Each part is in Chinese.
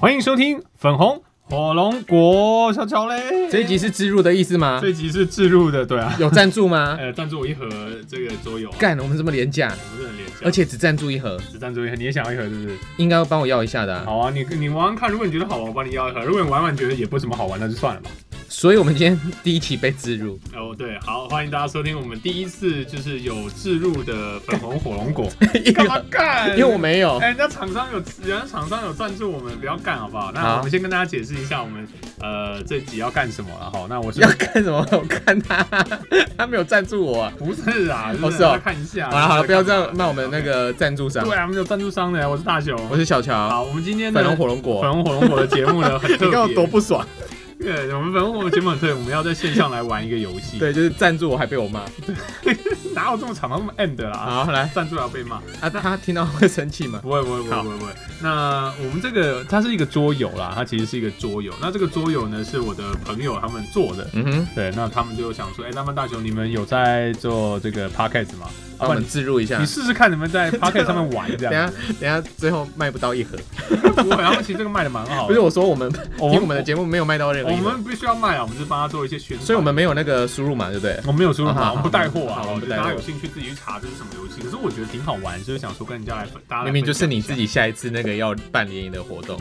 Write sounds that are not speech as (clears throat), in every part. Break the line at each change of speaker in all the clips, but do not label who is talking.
欢迎收听粉红火龙果，小乔嘞。
(laughs) 这一集是置入的意思吗
这？一集是置入的，对啊。
有赞助 (laughs) 吗？
呃，赞助我一盒这个桌游，
干，我们这么廉价，
不是很廉价，
而且只赞助一盒，
只赞助一盒，你也想要一盒是不是？
应该要帮我要一下的、啊。
好啊，你你玩玩看，如果你觉得好玩，我帮你要一盒；如果你玩玩觉得也不怎么好玩，那就算了吧。
所以我们今天第一期被置入，
哦，对，好，欢迎大家收听我们第一次就是有置入的粉红火龙 (laughs) 果。
因
干
为
嘛干？
因为我没有
哎、。人家厂商有，人家厂商有赞助我们，不要干好不好？那
好
我们先跟大家解释一下，我们呃这集要干什么了哈。那我是
要干什么？我看他， (laughs) 他没有赞助我、啊。
不是啊？
哦
就是
哦
大家看一下。
好了好了，不要这样骂
那
我们那。个赞助商
对。啊，我们有赞助商的，我是大雄。
我是小乔，
好，我们今天的
粉红火龙果
粉。红火龙果的节目呢，很特
你看我
别。
多不爽。
对，我们粉红火龙果节目很特别，我们要在线上来玩一个游戏。，
对，就是赞助我还被我骂。
哪有这么长那么 end 啊的啦？
好，来
赞助要被骂。
啊，他听到会生气吗？
不会不会不会
好
不会不会。那我们这个它是一个桌游啦，它其实是一个桌游。那这个桌游呢是我的朋友他们做的，
嗯哼，
对，那他们就想说，哎、那么大雄你们有在做这个 podcast 吗？
帮我们
你
置入一下
你。试试看能不能
(laughs)
在 podcast 上面玩这
等
样
下
子。
等下，最后卖不到一盒。
不会，他们其实这个卖的蛮好的。
不是我说我们，
我们
因为我们的节目没有卖到任何
我
一盒。
们必须要卖啊，我们就帮他做一些宣传。
所以我们没有那个输入码，对不对？
我们没有输入
啊好
法，
好
我们不带货啊。
好
我
我们
觉
不
得
带货
大家有兴趣自己去查这是什么游戏。可是我觉得挺好玩，就是想说跟人家来分，大家来
明明就是你自
分享一下。
己下一次那个要办联谊的
(laughs)
活动，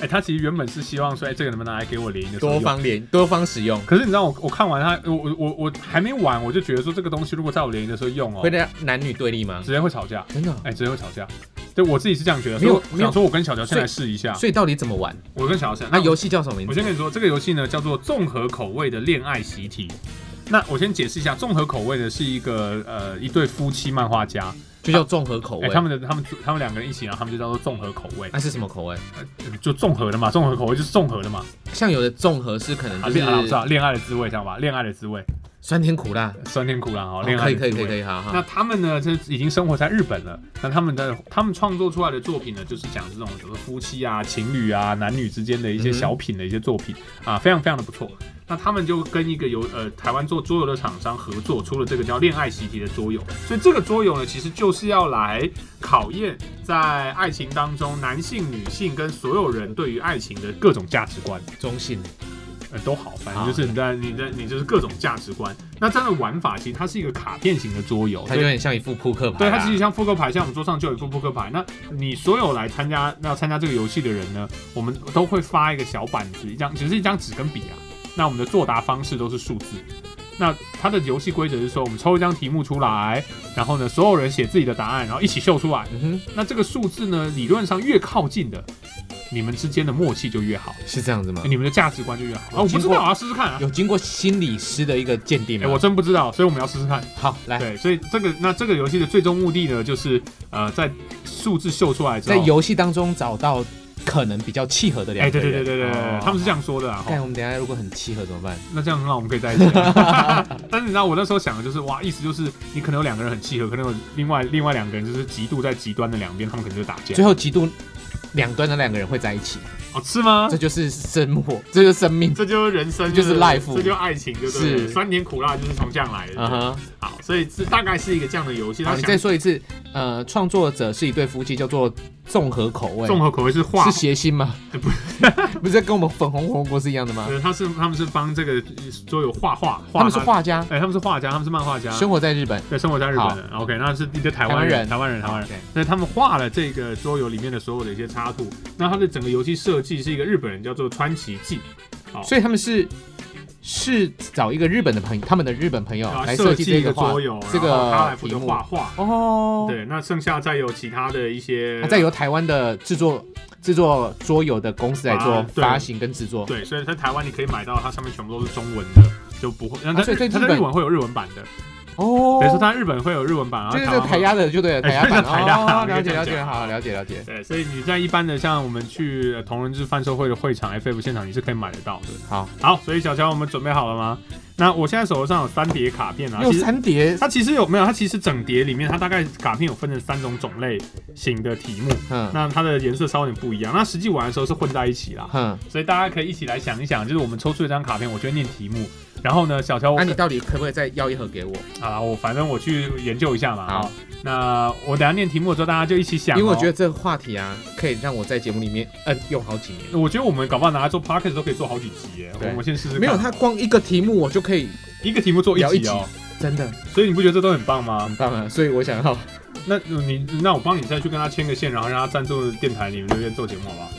哎、他其实原本是希望说，哎、这个能不能拿来给我联谊的时候
多
用
方联多方使用，
可是你知道我我看完他，我我我我还没玩，我就觉得说这个东西如果在我联谊的时候用哦
会，让男女对立吗？
直接会吵架，
真的哦、
哎、直接会吵架。对我自己是这样觉得，
没有
所以我
没有
想说我跟小乔先来试一下，
所以到底怎么玩？
我跟小乔先。
那
啊那
游戏叫什么名
我
字
先？跟你说，这个游戏呢叫做综合口味的恋爱习题。那我先解释一下，综合口味的是一个呃一对夫妻漫画家，
就叫综合口
哎、
味。啊哎
他们的他们他们两个人一起，然啊后他们就叫做综合口味，
那是什么口味？
呃就综合的嘛，综合口味就是综合的嘛，
像有的综合是可能
啊
就
恋啊，我知
是
道恋爱的滋味，知道吧？恋爱的滋味，
酸甜苦辣，
酸甜苦辣哦，
哦
恋
可
爱
以
的
可以
滋
可以
味
可以，好好
那。他们呢，这已经生活在日本了。那他们的他们创作出来的作品呢，就是讲这种比如说夫妻啊、情侣啊、男女之间的一些
嗯
小品的一些作品、啊，非常非常的不错。那他们就跟一个由呃台湾做桌游的厂商合作，出了这个叫《恋爱习题》的桌游。所以这个桌游呢，其实就是要来考验在爱情当中男性、女性跟所有人对于爱情的各种价值观。
中性
呃，都好，反正就是你在你在你就是各种价值观。那这样的玩法其实它是一个卡片型的桌游，
它
所以
有点像一副扑克牌啊
对，
啦。
它其实像扑克牌，像我们桌上就有一副扑克牌。那你所有来参加那参加这个游戏的人呢，我们都会发一个小板子，一张只是一张纸跟笔啊。那我们的作答方式都是数字。那它的游戏规则是说，我们抽一张题目出来，啊然后呢，所有人写自己的答案，然后一起秀出来。
嗯哼，
那这个数字呢，理论上越靠近的，你们之间的默契就越好，
是这样子吗？
你们的价值观就越好。啊，
我
我不
听
知
过
道啊，试试看啊。
有经过心理师的一个鉴定
哎、
吗？
我真不知道，所以我们要试试看。啊
好来，
对，所以这个那这个游戏的最终目的呢，就是呃，在数字秀出来之
在
后，
游戏当中找到可能比较契合的
哎，
两个
对
人。
对对对对对
哦，
他们是这样说的啊。
干，
吼
我们等一下如果很契合怎么办？
那这样很好，我们可以
(laughs)
在一起啊。但是你知道，我那时候想的就是，哇，意思就是你可能有两个人很契合，可能有另外另外两个人就是极度在极端的两边，他们可能就打架
最。后极度两端的两个人会在一起，
哦，是吗
这？就是生活，这就是生命。
这就是人生，
这就是
对
life
这就是爱情，对不对？
是
酸甜苦辣就是从这样来
嗯
的。
哼，
好，所以是大概是一个这样的游戏。
好，
它
你
想
再说一次，呃，创作者是一对夫妻，叫做综合口味，
综合口味是画
是谐星吗？
呃
不是， (laughs) 不是跟我们粉红火龙果是一样的吗？
呃，他是他们是帮这个桌游画画，
他们是，画啊家，
哎，他们是画家，他们是漫画家，
生活在日本，
对，生活在日本的。OK，那是一个台湾人，台
台
湾人，台湾人。
人，
那他们画了这个桌游里面的所有的一些插图，那它的整个游戏设计是一个日本人叫做川崎纪
所以他们是是找一个日本的朋友，他们的日本朋友
啊
来
设
设计
计
这
一个
画
桌游，
这
然后他来
个
负
题
责
目
画画。
哦，
对，那剩下再有其他的一些
那，啊再由台湾的制作制作桌游的公司来做
啊对
发行跟制作，
对，所以在台湾你可以买到它上面全部都是中文的，就不会。然后
啊所以对
它
日
在
本
日文会有日文版的，
哦
比如说它日本会有日文版，然后
就是
台
这个
湾
台
会有
压的就对了，
哎
台压
就
版
是台压
哦，
你可以
了
这
解
样
了解，
讲
好了解了解。
对，所以你在一般的像我们去呃同人志贩售会的会场 FF 现场，你是可以买得到的。
好，
好，所以小乔，我们准备好了吗？那我现在手头上有三叠卡片啊，
又
其实
三叠，
它其实有没有？它其实整叠里面，它大概卡片有分成三种种类型的题目，
嗯
那它的颜色稍微有点不一样。那实际玩的时候是混在一起啦，
哼，
所以大家可以一起来想一想，就是我们抽出一张卡片，我就会念题目，然后呢，小乔，我
啊那你到底可不可以再要一盒给我？
好啦，我反正我去研究一下嘛。
好
哦那我等一下念题目之后，大家就一起想、哦。
因为我觉得这个话题啊，可以让我在节目里面嗯、用好几年。
得，我觉得我们搞不好拿来做 p o c k e t 都可以做好几集耶。
对
我们先试试看。
没有，它光一个题目我就可以，
一个题目做
聊
一
一
集哦，
真的
所以你不觉得这都很棒吗
很？棒啊！所以我想要，
那你那我帮你再去跟他牵个线，然后让他赞助电台你们这边做节目好不好？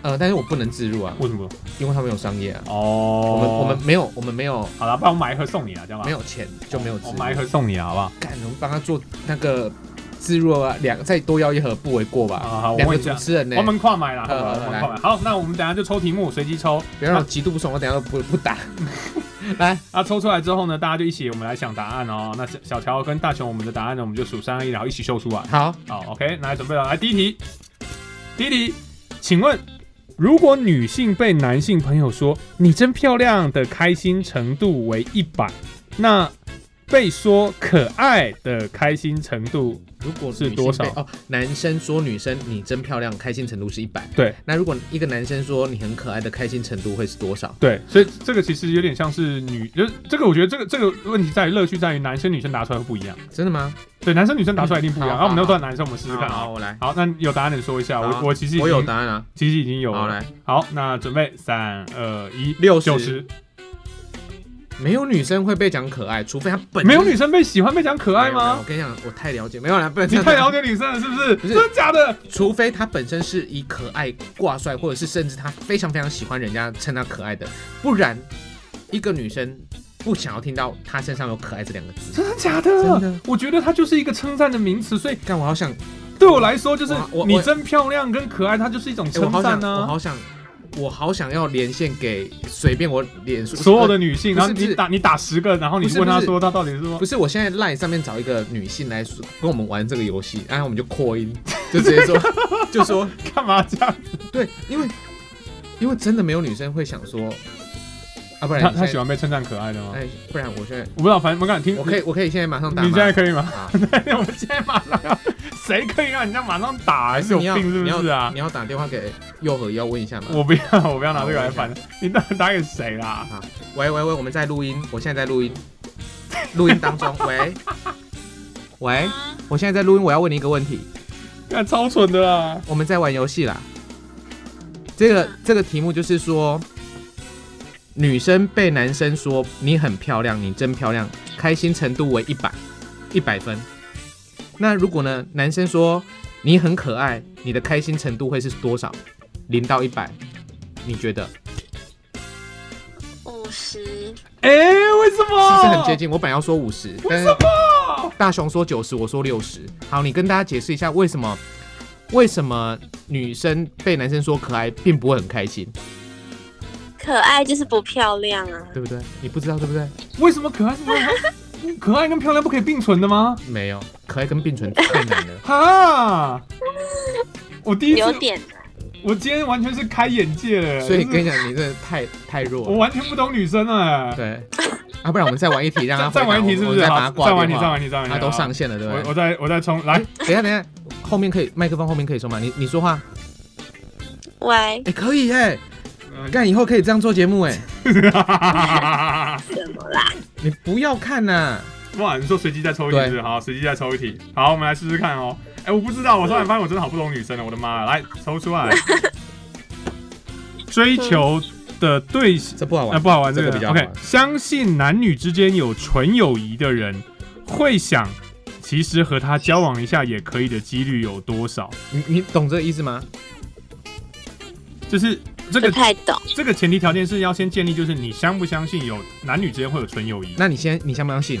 呃，但是我不能自入啊，
为什么？
因为他们有商业啊。
哦，
我们我们没有，我们没有
好了，不然我买一盒送你啊，这样吧。
没有钱就没有自
我
入。
买一盒送你啊，好不好？
干，我们帮他做那个自入啊，两再多要一盒不为过吧？
啊，好，我
两个
问一
主
下。
持人呢
我，们跨买啦，好
呃
不好？我们
来
跨买。好，那我们等一下就抽题目，随机抽。
别让我极度不爽，我等一下都不不打。来，
啊，抽出来之后呢，大家就一起我们来想答案哦。那小小乔跟大雄，我们的答案呢，我们就数三二一，然后一起秀出来。
好，
好，OK，那来准备了，来第一题，第一题，请问，如果女性被男性朋友说“你真漂亮”的开心程度为一百，那被说“可爱”的开心程度，
如果
是
女性
多少
被哦，男生说女生你真漂亮，开心程度是一百。
对，
那如果一个男生说你很可爱的开心程度会是多少？
对，所以这个其实有点像是女，就是这个我觉得这个这个问题在于乐趣在于男生女生答出来会不一样，
真的吗？
对，男生女生答出来一定不一样。
嗯
然
好
后我们都
好
算男生，我们试试看
好，
啊。
我来，
好，那有答案的说一下，
好
我我其实已
我有
经
答案啊。
其实已经有
好
了。
来，
好，那准备三二一，
六
九
十
十。
没有女生会被讲可爱，除非她本
没有女生被喜欢被讲可爱
没有没有
吗
我？跟你讲，我太了解，没有啦，不能
你太了
解。
解女生了，是不是？
不是
真的假的？
除非她本身是以可爱挂帅，或者是甚至她非常非常喜欢人家称她可爱的，不然一个女生不想要听到她身上有可爱这两个字。
真的假的？
真的
我觉得它就是一个称赞的名词，所以
但我好想，
对我来说，就是
我我
你真漂亮跟可爱，它就是一种
哎我
称
好想，
赞啊
我
呢。
好想，我好想要连线给随便我脸书
所有的女性，
不
然
是
后
不是
你打你打十个，然后你
不是
问她
不是
说她到底是说
不是，我现在 LINE 上面找一个女性来跟我们玩这个游戏，然后我们就扩音， (laughs) 就直接说，就说
干嘛这样？
对，因为因为真的没有女生会想说，啊，不然
她
你
她
现
喜
在，
欢被称赞可爱的吗？
哎，不然我现在
我不知道，反正我敢听。
我可以我可以现在马上打
你
吗？
现在可以吗？ (laughs)
啊，
对，我现在马上要，谁可以让人家马上打？还是有
你要
病是
你
不是
要
啊？
你要打电话给佑和要问一下吗？
我不要，我不要拿这个来
嗯好
烦。你到底打给谁啦？
啊喂喂喂，我们在录音，我现在在录音，录音当中， (laughs) 喂喂，我现在在录音，我要问你一个问题，
那超蠢的啊啦！
我们在玩游戏啦。这个这个题目就是说，女生被男生说你很漂亮，你真漂亮，开心程度为一百，一百分。那如果呢，男生说你很可爱，你的开心程度会是多少？零到一百，你觉得是
五十，
哎、为什么？
不是很接近？我本来要说五十，但是
么？
大雄说九十，我说六十。好，你跟大家解释一下为什么为什么女生被男生说可爱，并不会很开心，
可爱就是不漂亮啊。
对不对？你不知道对不对？
为什么可爱是不
(laughs)
能？可爱跟漂亮不可以并存的吗？。
没有，可爱跟并存太难了
哈！我第一次
有，点
我今天完全是开眼界了，
所以
就是
跟你讲，你真的太太弱
我
了。
完全不懂女生哎、
对，啊，不然我们再玩一题，让他
再 (laughs) 再
回答
玩一题是不
我
是？
们再把
好
他
再
挂
玩一题，
电
再
话。
玩一题，再玩一题。
他都
好
上线了，对不
我
对？
我再我再冲来 (laughs)
哎，等一下，等一下，后面可以麦克风后面可以说吗？你你说话，
歪
哎，可以耶，干以后可以这样做节目哎，
什么啦？
你不要看呐，
哇，你说随机再抽一题是不是好，随机再抽一题，好，我们来试试看哦。哎、我不知道，我突然发现我真的好不懂女生了，我的妈！来抽出
(laughs)
来，追求的对象。
这不好
那、
玩，
啊不好玩这个
这个比较好
OK，
玩
相信男女之间有纯友谊的人，会想其实和他交往一下也可以的几率有多少？
你你懂这个意思吗？
就是这
哎
不
个
太懂。
这个前提条件是要先建立，就是你相不相信有男女之间会有纯友谊？
那你先，你相不相信？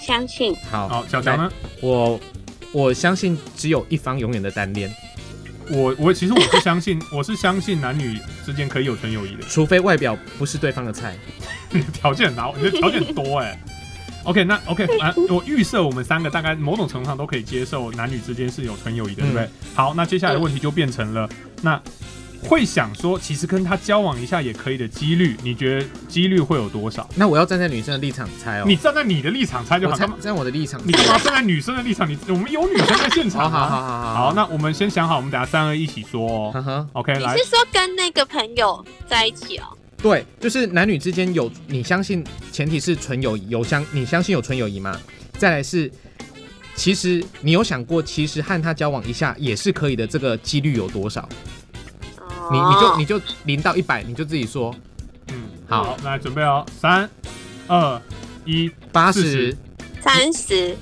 相信
好
好，小强呢？
我我相信只有一方永远的单恋，
我我其实我是相信，我是相信男女之间可以有纯友谊的。
除非外表不是对方的菜。
你的条件很难，你的条件很多哎、OK，那 OK
(laughs)
啊，我预设我们三个大概某种程度上都可以接受男女之间是有纯友谊的，对
嗯
不对？好，那接下来的问题就变成了，那会想说，其实跟他交往一下也可以的几率，你觉得几率会有多少？
那我要站在女生的立场猜哦，
你站在你的立场猜就
哦我
好，
猜
干嘛？
站我的立场。
你干嘛站在女生的立场？你我们有女生在现场、
好
啊，
好好好好
好，那我们先想好，我们等下三二一起说哦。
呵呵，
OK，
你
来，
是说跟那个朋友在一起哦？
对，就是男女之间有你相信，前提是纯友谊，有相你相信有纯友谊吗？再来是其实你有想过，其实和他交往一下也是可以的，这个几率有多少？
哦
你你
啊
就你就零到一百，你就自己说
嗯，
好
来准备哦，三、二、一，
八
40
十，
三十，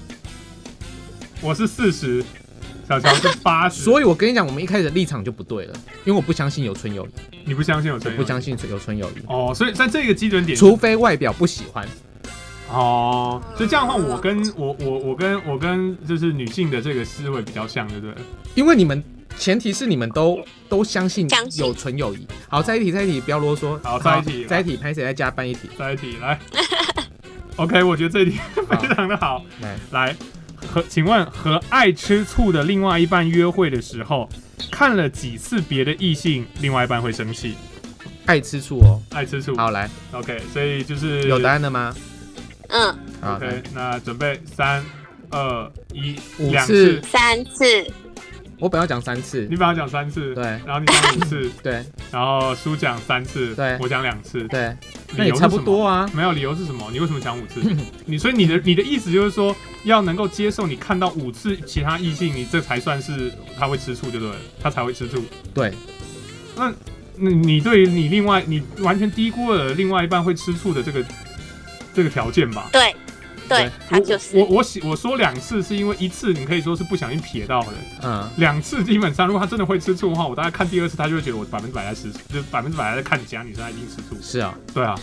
我是四十，小乔是八十，
所以我跟你讲，我们一开始的立场就不对了，因为我不相信有纯友谊，
你不相信有
我
真
不相信有纯友谊，
哦，所以在这个基准点，
除非外表不喜欢。
哦，所以这样的话，我跟我我我跟我跟就是女性的这个思维比较像，对不对？
因为你们前提是你们都都相信
相信
有纯友谊。好，再一题，再一题，不要啰嗦。
好再一题
再一题，拍谁再加班一题？
下一题
(laughs)
来，OK，我觉得这一题非常的好，
来，
来。和请问和爱吃醋的另外一半约会的时候，看了几次别的异性，另外一半会生气？
爱吃醋哦。
爱吃醋。
好，来，
OK，所以就是
有答案了吗？
嗯，
好，来
OK，那准备三二一，
五
两
次
三次，
我本来要讲三次
你。把它讲三次，
对
然后你讲五次，
对
然后叔讲三次，
对
我讲两次，
对，那
理
也
由是
差不
什么
多啊。
没有理由是什么？你为什么讲五次？你所以你的你的意思就是说，要能够接受你看到五次其他异性，你这才算是他会吃醋，就对了，他才会吃醋。
对，
你你对于你另外你完全低估了另外一半会吃醋的这个这个条件吧？
对，对，他就
我
是
我喜我说两次是因为一次你可以说是不小心瞥到的，
嗯，
两次基本上如果他真的会吃醋的话，我大概看第二次他就会觉得我百分之百在吃醋，就是百分之百在看你其他女生他一定吃醋。
是啊
对啊，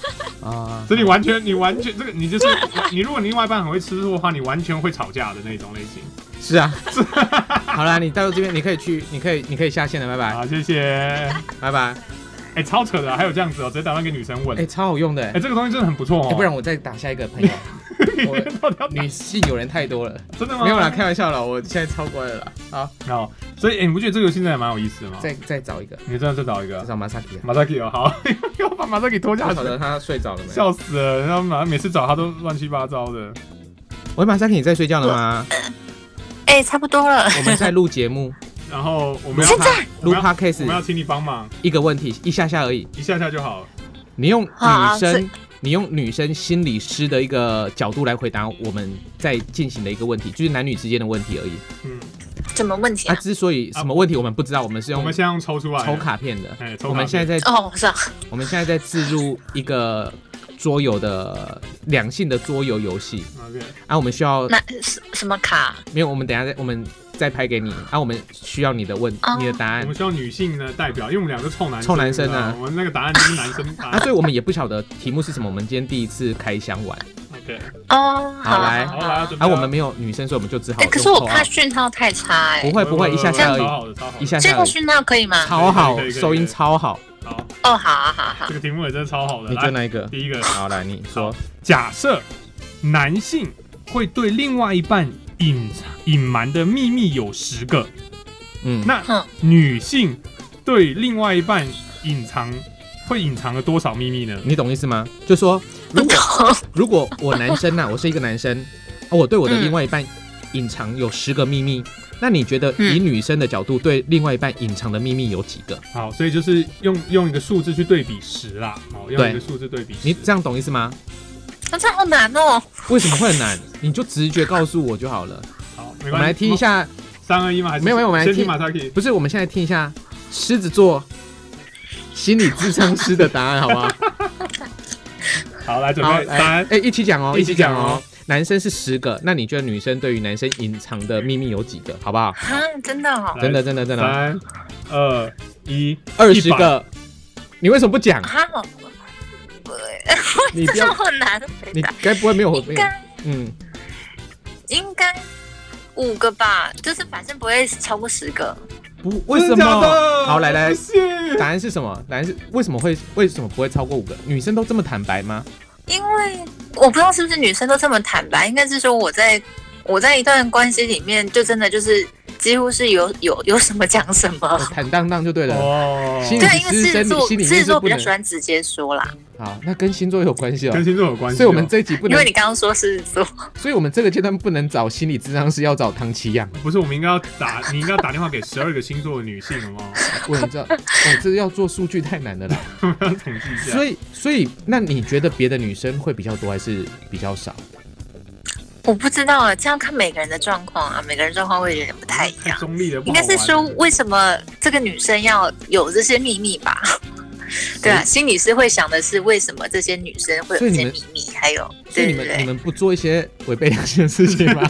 啊
所以你完全你完全这个你就是你如果你另外一半很会吃醋的话，你完全会吵架的那种类型。(laughs)
是啊。好啦，你到这边你可以去，你可以你可以下线了，拜拜
好，啊谢谢。
拜拜。
哎、超扯的啊、还有这样子哦、直接打算给女生问。
哎，
哎、
超好用的哎。
这个东西真的很不错哦、
哎不然我再打下一个
(laughs)
朋友。我
到底要
女性友人太多了，
真的吗？
没有啦，开玩笑啦，我现在超乖了啦。好，
好，所以哎、你不觉得这个游戏真的还蛮有意思的吗？
再再找一个，
你真的再找一个
再找马萨提啊。
马萨基哦，
(laughs)
好，要把马萨基拖下
不
去
晓，得他睡着了没？
笑死了。然后马每次找他都乱七八糟的。
喂，马萨克，你在睡觉
(laughs)
了吗？
哎、差不多了，
我们在录节目，
然后我们要
现
在 (laughs) 我
录
们要
podcast，
请你帮忙
一个问题，一下下而已。
一下下就好了。
你用
好
女
是
生，你用女生心理师的一个角度来回答我们在进行的一个问题，就是男女之间的问题而已。
嗯，
什么问题
啊，
啊？
之所以什么问题我们不知道，我们是
我
用
们先用抽出来的
抽，卡片的。
哎、抽卡
我们现在在，
哦，我知道，
我们现在在置入一个桌游的两性的桌游游戏
OK，
啊，我们需要
那什什么卡？
没有，我们等一下再我们再拍给你啊，我们需要你的问
哦
你的答
我
案
们需要女性呢代表，因为我们两个是臭男
臭男生啊
你知道吗我们那个答案就是男生答
啊， (laughs)
案。
所以我们也不晓得题目是什么，我们今天第一次开箱玩
OK，
哦，
好来
好来，准备啊。
啊，我们没有女生，所以我们就只好
哎、
用
可是我
口
怕
号
讯号太差哎、
不会不会一下下而
超
已，
好的，超好的，
一下
这
下而
个
已，
讯号可以吗？
超好
可以可以可，以
收音超好，
好，
哦，好啊，好啊，好啊
这，个题目也真的超好的。
你就
来，
那一个，
第一个，
好来你说，
假设男性会对另外一半隐隐瞒的秘密有十个，
嗯，
那
哼，
女性对另外一半隐藏会隐藏了多少秘密呢？
你懂意思吗？就说如果如果我男生呐、我是一个男生，啊我对我的
嗯
另外一半隐藏有十个秘密，那你觉得以
嗯
女生的角度对另外一半隐藏的秘密有几个？
好，所以就是用用一个数字去对比十啦，哦，用一个数字对比十。
你这样懂意思吗？
那 (laughs) 这好难哦。
为什么会很难？你就直觉告诉我就好了。
好，没关系。
我们来听一下，
三二一吗？还是
没有没有我们来
先听
听
马萨克。
不是，我们现在听一下狮子座心理智商师的答案，好不好？
好，来 (laughs) 准
好，
备
来
三
哎、。一起讲哦，
一
一
起
起
讲
讲
哦
哦。男生是十个，那你觉得女生对于男生隐藏的秘密有几个？好不好？
哈，真的哦，
来
哎真的，真的，真的，
三二一，
二十个。你为什么
(laughs)
不讲？
哈，我
你
这
不
是
要，
啊好难回
你
答，
该不会没有回
应
应？
该
嗯，
应该五个吧，就是反正不会超过十个。
不，为什
真的假
么？
的
好，来来
不，是
答案是什么？答案是为什么会为什么不会超过五个？女生都这么坦白
(laughs)
吗？
因为我不知道是不是女生都这么坦白，应该是说我在我在一段关系里面，就真的就是几乎是有有有什么讲什么。
坦荡荡就对了。
哦，
心里
对，因为狮子座，
心里
狮
面是
子座比
不
较
能
喜欢直接说啦，
好，那跟星座有关系哦
跟。星座有关系哦。
所以我们这一集不
因
能
为，你刚刚说 (laughs) 狮子座，
所以我们这个阶段不能找心理智商师，要找唐
(laughs)
奇阳。
不是我们应该要打， (laughs) 你应该要打电话给十二个星座的女性，好不好？ (laughs)
我知道，我这要做数据太难了啦。
我要统计一下。
所以，所以那你觉得别的女生会比较多还是比较少？
我不知道啊，这样看每个人的状况啊，每个人状况会有点不太一
太
样。
中立了，不
应
好
该是说
玩了，
为什么这个女生要有这些秘密
(laughs)
吧？对啊，心理师会想的是为什么这些女生会有
所以
这
你
些
们
秘密，还有
所以
对
你
对
们你
对，
们不做一些违背良心的事情
(laughs)
吗？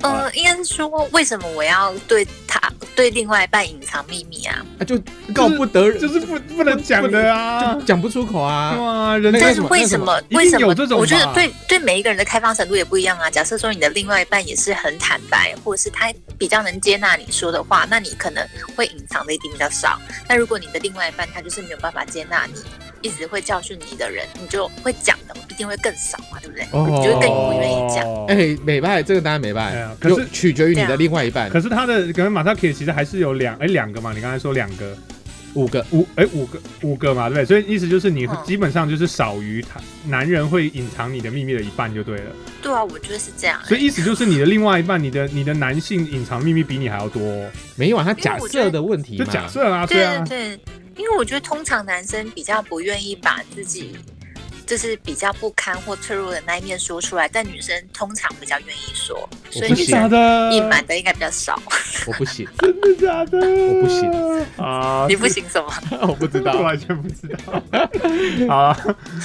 呃，应该是说为什么我要对她对另外一半隐藏秘密啊？
啊就告不得人，
就是不不能讲的啊
就。讲不出口
嗯
啊。
哇，人
那
家
个什
但是
么
为什么？
那
为
什么一定
什
有
么
这种？吧
我觉得对对每一个人的开放程度也不一样啊。假设说你的另外一半也是很坦白，或者是他比较能接纳你说的话，那你可能会隐藏的一定比较少。那如果你的另外一半他就是没有办法接纳你，一直会教训你的人，你就会讲的一定会更少嘛，对不对？
哦
你就会更不愿意讲。
哦
哎，美拜这个当然美
哎
拜
呀，可是
就取决于你的另外一半，
可是他的可能马萨克其实还是有两哎两个嘛，你刚才说两个
五个
五哎五个五个嘛，对不对？所以意思就是你
嗯
基本上就是少于他男人会隐藏你的秘密的一半就对了。
对啊，我觉得是这样、
所以
欸。
意思就是你的另外一半，你的你的男性隐藏秘密比你还要多哦、
没有啊，他
为
假
我觉
设
得
的问题
就
嘛，
假设啊，对
对
啊，
对，因为我觉得通常男生比较不愿意把自己就是比较不堪或脆弱的那一面说出来，但女生通常比较愿意说，所以
不
女
真的假
行啊
生
的？
隐瞒的应该比较少。
我不行，
真的假的？我
不行
啊！
(laughs) (laughs) 你不行什么？
我不
(laughs)
知
我
道，
完全不知道。 (laughs) 好啊，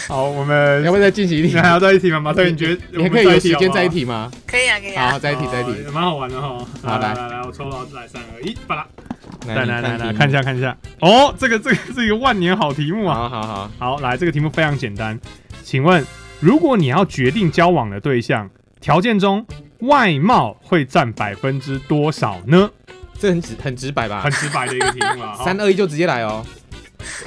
好，我们
(laughs) 要不要再进行一题
(laughs) 你？还要在一起吗？马特，你觉得
你还
我
可
们
以
在
有
一起
时
好
间
不好
再一题吗？
可以啊，可以啊
好，。再一题，再一题
哦，蛮好玩的哈。
好来
来来，我抽到来三二一，巴拉！
来
来来
你
来来，
题
看一下看一下。哦，这个这个是一个万年好题目
目，
啊！
好好好，
好，来这个题目非常简单，请问如果你要决定交往的对象，条件中外貌会占百分之多少呢？
这很直很直白吧。
很？直白的一个题目啊
啊 (laughs) 三
好，
二一就直接来哦。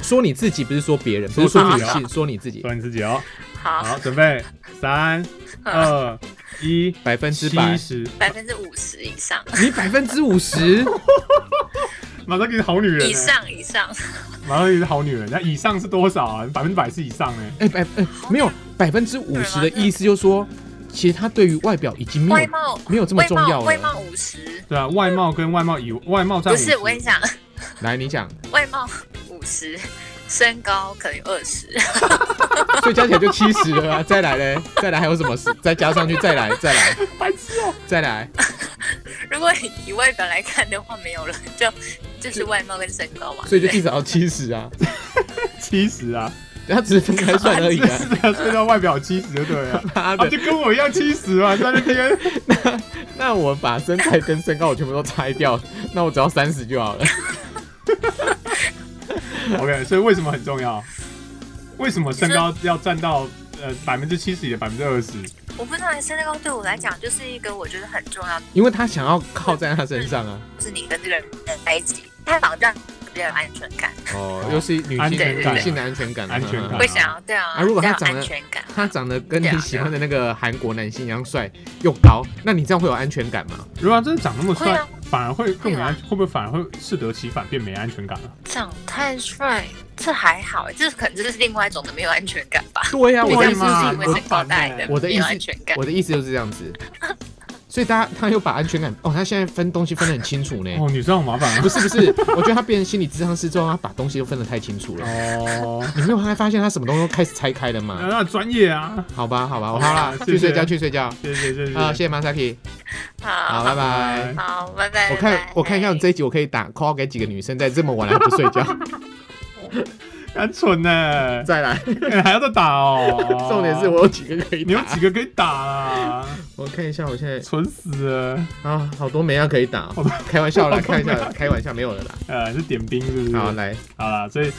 说你自己，不是说别人，不是
说
说
自
女
己哦
性，说你自己，
说你自己
(laughs)
哦。
好，嗯
好，准备三二一，
百分之
七
百，
十。
百分之五十以上，
你百分之
(laughs)
五十，
马上给你好女人、欸，
以上以上，
马上给你是好女人。那以上是多少啊？百分之百是以上哎、
哎，百哎没有百分之五十的意思，就是说，其实他对于外表已经没
外
有
貌
没嗯有这么
外
重
貌
要
外
了。
貌五十，
对啊，外貌跟外貌以外貌占
不是我跟你
你
讲，
来，你讲，
外貌五十，身高可能二十， (laughs)
所以加起来就七十了啊！再来嘞，再来还有什么事？再加上去，再来，再来，
白痴哦、
再来，
如果以以外表来看的话，没有了，就就是外貌跟身高嘛。
所以就
对
一直到七十啊，
七十啊，
他只是分开算而已啊！
是的，所以到外表七十就对了。
妈
啊，
的，
就跟我一样七十嘛，在那边。 (laughs)
那我把身材跟身高我全部都拆掉，那我只要三十就好了。
OK，所以为什么很重要？为什么身高要占到呃百分之七十里的百分之二十？
我不知道身高对我来讲就是一个我觉得很重要，
因为他想要靠在他身上啊。
就是你跟这个人在一起，他好像比较有安全感，
哦，又是女性
安
全感
女性的安全感，
安全感
嗯
会想要对啊，
啊如果他
比较有
长得
安全感，
他长得跟你喜欢的那个韩国男星一样帅又高，那你这样会有安全感吗？
如果他真的长那么
会
帅
啊，
反而会更没安，
会啊
会不会反而会适得其反，变没安全感啊了？
长太帅。这还好，这可能就是另外一种的没有安全感吧。
对呀、
对
我
呀
的意
就
思
嘛
是
是
因为身高带
很烦欸
的
我的
没
意
有
思
安全感。
我的意思就是这样子，所以他他又把安全感哦，他现在分东西分得很清楚呢。
哦，女生好麻烦啊
不。是不是，我觉得他变成心理咨商师之后，他把东西都分得太清楚了。 (laughs)
哦，
你没有发现他什么东西都开始拆开了
那
吗？
那专业啊，
好吧好吧，我好啦，
谢谢
去睡觉去睡觉。
谢谢谢谢。
啊，谢谢 Masaki，好，
好，
拜拜。
好，拜拜。
我
拜
看
拜
我看一下你这一集，我可以打 call 给几个女生，在这么晚了还不睡
(laughs)
觉，
很蠢
(laughs)
呢、
再来。。
欸还要再打哦
(laughs) 重点是我有几个可以
你有
打，
几个可以打啊？
我看一下，我现在
蠢死了！
啊，好多梅亚可以打
哦好多，
开玩笑啦，
好多
开
梅
玩笑，开玩笑，没有了啦。
呃，是点兵是不是？
好，来
好啦，所以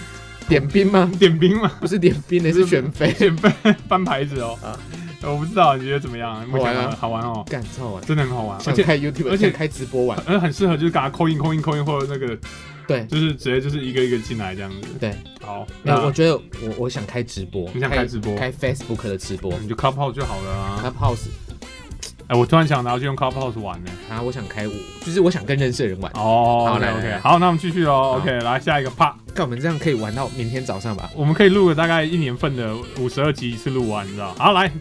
点兵吗？
点兵嘛，
不是点兵的，是选
(laughs)
妃。
点兵翻牌子哦。
啊
我不知道，你觉得怎么样？目前
好玩啊
好玩哦，
干，超好玩，
真的很好玩，而
想
且
开 YouTube，
而且
想开直播玩。
呃很适合就是给他扣印扣印扣印或者那个
对
就是直接就是一个一个进来这样子。
对，
好，
那哎我
那
觉得我我想开直播，
啊你想开直播
开 Facebook 的直播
你就 Clubhouse 就好了啊。
，Clubhouse
哎，我突然想拿去用 Clubhouse 玩呢。
啊，我想开我，就是我想跟认识的人玩。
哦
好
，OK
来来
OK，
来
好，那我们继续哦。OK，来下一个啪，
看我们这样可以玩到明天早上吧？
我们可以录个大概一年份的五十二集一次录完，你知道？好，来，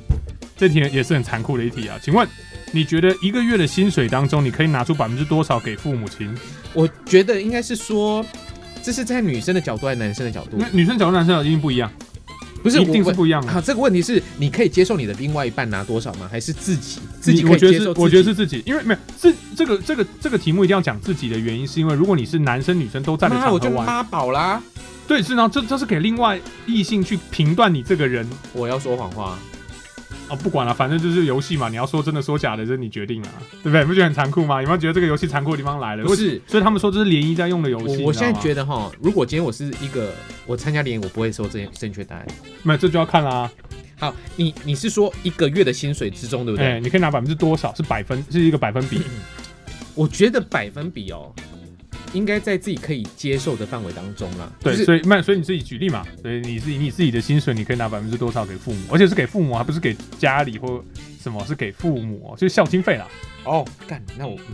这题也是很残酷的一题啊。请问，你觉得一个月的薪水当中，你可以拿出百分之多少给父母亲？
我觉得应该是说，这是在女生的角度还是男生的角度
那？女生角度男生角度一定不一样，啊
不是，
一定
我
是不一样的。
啊好，这个问题是你可以接受你的另外一半拿多少吗？还是自己自己
你
可
我
以
觉得
接
是
受，
我觉得
自己
是自己，因为没有自这个这个这个题目一定要讲自己的原因，是因为如果你是男生女生都在的
妈，
场
我
合
就
玩，
妈宝啦！
对，是然后这这是给另外异性去评断你这个人
我要说谎话，
哦，不管了，反正就是游戏嘛，你要说真的说假的，这是你决定了，对不对？你不觉得很残酷吗？有没有觉得这个游戏残酷的地方来了？
不是
所以他们说这是联谊在用的游戏。
我我现在觉
得，
得哈，如果今天我是一个我参加联谊，我不会说这些正确答案。
那这就要看啦、
好，你你是说一个月的薪水之中，对不
哎、
对？
你可以拿百分之多少？是百分，是一个百分比。
我觉得百分比哦，应该在自己可以接受的范围当中啦。
对，
就是
所以那所以你自己举例嘛，所以你自己你自己的薪水，你可以拿百分之多少给父母，而且是给父母，还不是给家里或什么，是给父母哦，就是孝经费啦。
哦，干，那我们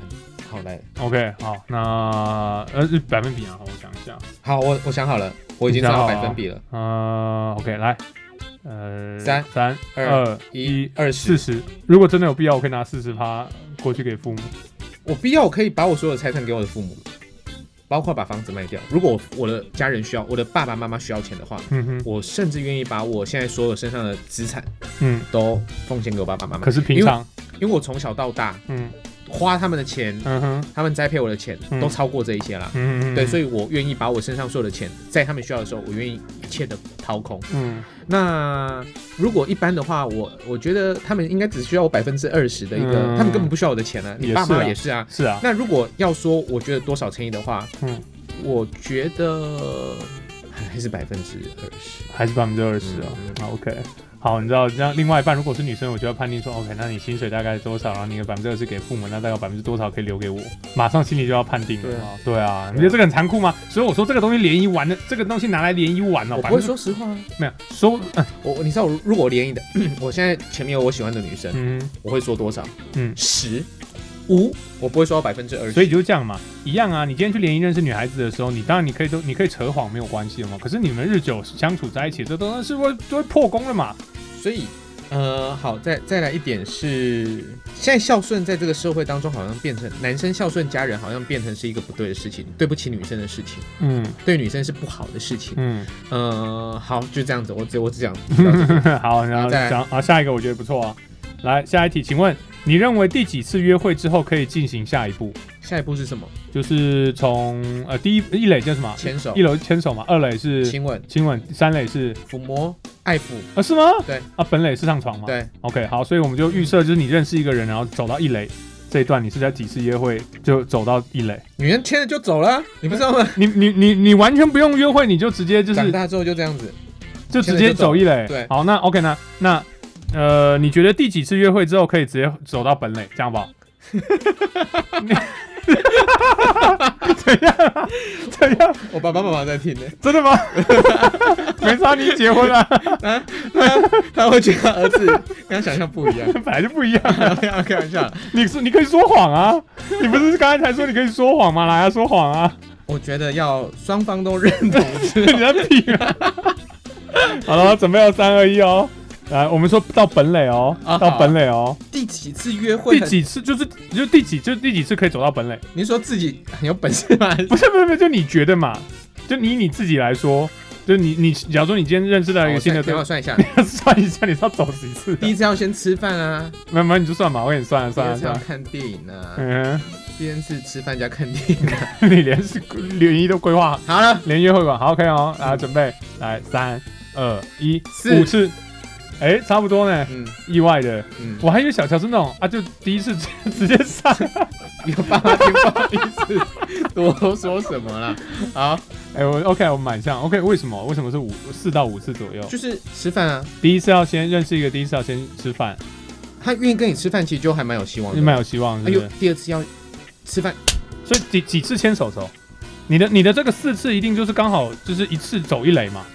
好来，
OK，好，那呃是百分比啊，我想一下，
好，我我想好了，我已经找到百分比了，
呃，OK，来，呃，
三
三
二
二
一
一
二
四
十，
十，如果真的有必要，我可以拿四十趴过去给父母。
我必要我可以把我所有的财产给我的父母，包括把房子卖掉。如果我的家人需要，我的爸爸妈妈需要钱的话，
嗯哼，
我甚至愿意把我现在所有身上的资产
嗯。
都奉献给我爸爸妈妈
可，是平常，
因为我从小到大
嗯
花他们的钱，
嗯哼，
他们栽培我的钱
嗯
都超过这一些啦。
嗯嗯，
对，所
以，
以我愿意把我身上所有的钱，在他们需要的时候，我愿意一切的掏空。
嗯
那如果一般的话，我我觉得他们应该只需要我百分之二十的一个，
嗯
他们根本不需要我的钱啊。
也
你爸妈
是啊
也是啊。
是啊，
那如果要说我觉得多少乘以的话，
嗯，
我觉得还是百分之二十。
还是百分之二十哦
嗯。
好 OK，好，你知道这样，另外一半如果是女生，我就要判定说，OK，那你薪水大概多少？然后你的百分之二十给父母，那大概百分之多少可以留给我？马上心里就要判定
对
了
啊
哦。对啊，你觉得这个很残酷吗？所以我说这个东西联谊玩的，这个东西拿来联谊玩哦，
我
百分
不会
之
说实话啊，
没有说，嗯
我我你知道，如果我联谊的， (clears throat) 我现在前面有我喜欢的女生，
嗯，
我会说多少？
嗯
十五，我不会说到百分之二十。
所以就这样嘛，一样啊。你今天去联谊认识女孩子的时候，你当然你可以都你可以扯谎没有关系的嘛。可是你们日久相处在一起，这都是会都会破功了嘛。
所以，呃，好，再再来一点是，现在孝顺在这个社会当中好像变成男生孝顺家人，好像变成是一个不对的事情，对不起女生的事情，
嗯
对女生是不好的事情。
嗯，
呃，好，就这样子，我只我只讲
(laughs) 好，然后
再来
讲啊，下一个我觉得不错啊。来，下一题，请问你认为第几次约会之后可以进行下一步？
下一步是什么？
就是从呃第一一垒叫什么？
牵手
一、楼牵手嘛，二垒是
亲吻、
亲吻，三垒是
抚摸、爱抚，
啊是吗？
对
啊，本垒是上床嘛？
对，
OK，好，所以我们就预设就是你认识一个人，然后走到一垒这一段，你是在几次约会就走到一垒？
女人牵了就走了，你不知道吗？
你你你你完全不用约会，你就直接就
长
是
大之后就这样子，
就直接走一垒。
对
好，那 OK 呢？那呃，你觉得第几次约会之后可以直接走到本垒，这样吧？ (laughs) 你怎样啊？怎样？
我爸爸妈妈在听呢、 (laughs)
真的吗？ (laughs) 没差，你结婚了、
啊，他他会觉得儿子跟 (laughs) 他想象不一样， (laughs)
本来就不一样。
开玩笑。
你说你可以说谎啊，你不是刚才才说你可以说谎吗？来啊，说谎啊！ (laughs)
我觉得要双方都认同之后
你在比啊！ (laughs) 好了，准备要三二一哦。来，我们说到本垒哦，
啊
到本垒哦。
第几次约会
第
很？
几次就是就第几就第几次可以走到本垒？
你是说自己很有本事
(laughs)
吗？
不是不是不是，就你觉得嘛？就你你自己来说，就你你，假如说你今天认识到一
我
个新的对
算等
象
我，算一
(laughs)
下，
算一下你是要走几次
第
的？
一次要先吃饭啊，
慢慢你就算嘛，我给你算了 (laughs)
第
算
二
了
次
算
要
了。
看电影啊，
嗯，
第三次吃饭加看电影啊。 (laughs)
(laughs) 你连是联谊都规划好，
好了，
连约会吧，好 OK 哦，来准备，来三二一，
嗯四
五次，哎，差不多呢，
嗯
意外的，
嗯， (laughs)
我还以为小乔是那种啊，就第一次 (laughs) 直直接上，
有爸妈听不好意思多说什
(laughs)
么啦。好，
哎，我 OK，我蛮像 OK，为什么？为什么是五四到五次左右？
就是吃饭啊，
第一次要先认识一个，第一次要先吃饭，
他愿意跟你吃饭，其实就还蛮有希望的。
蛮有希望，
哎
是不
呦
是？，
第二次要吃饭，
所以几几次牵手手？你的你的这个四次一定就是刚好就是一次走一垒嘛？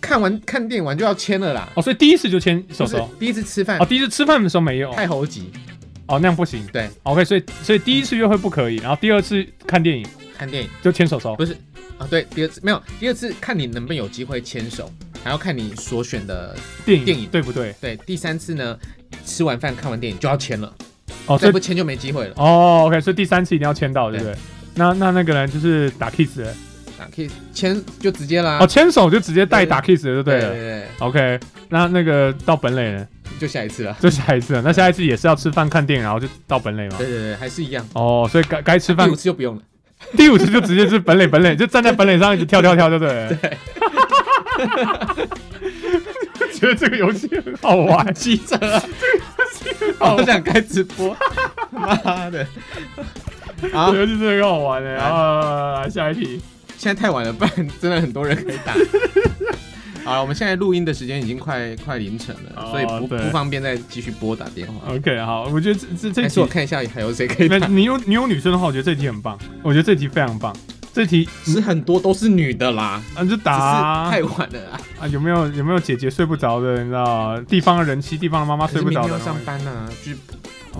看完看电影完就要签了啦。
哦，所以第一次就牵手
就是哎
手。
第一次吃饭
哦，第一次吃饭的时候没有，
太猴急，
哦那样不行。
对
，OK，所以所以第一次约会不可以，然后第二次看电影
看电影。
就牵手手
不。是啊，对，第二次没有，第二次看你能不能有机会牵手，还要看你所选的。
电影
电影
对不对？
对，第三次呢，吃完饭看完电影就要签了，
哦，所
再
以
不签就没机会了。
哦，OK，所以第三次一定要签到，对不
对
对？那那那个人就是打 kiss，的
打 kiss，牵就直接啦。
哦，牵手就直接带打 kiss 的就对
啊对
了。
对对，
OK，那那个到本垒了，
就下一次了。
就下一次了。那下一次也是要吃饭看电影，然后就到本垒嘛。
对对对，还是一样。
哦，所以该该吃
第
饭
五，次就不用了。
第五次就直接是本垒本垒，就站
(laughs)
在本垒上一直跳跳跳，对不对？对。觉得这个游戏很好玩，
记者、啊，
啊
好哦想开直播，妈的！好
这个，游戏真的很好玩哎。
啊来
然后来下一题，
现在太晚了，不然真的很多人可以打。好了，我们现在录音的时间已经快快凌晨了，
哦
所以不
对
不方便再继续拨打电话。
OK，好，我觉得这这这
还是
题
我，看一下还有谁可以
那
打，
你有你有女生的话，我觉得这题很棒，我觉得这题非常棒。这题嗯
只是很多都是女的啦，
啊，就打啊
只是太晚了啊，
啊，有没有有没有姐姐睡不着的？你知道地方的人妻，地方的妈妈
可
睡
是
不
明
着
天
的
要
那种。
上班啊呢，就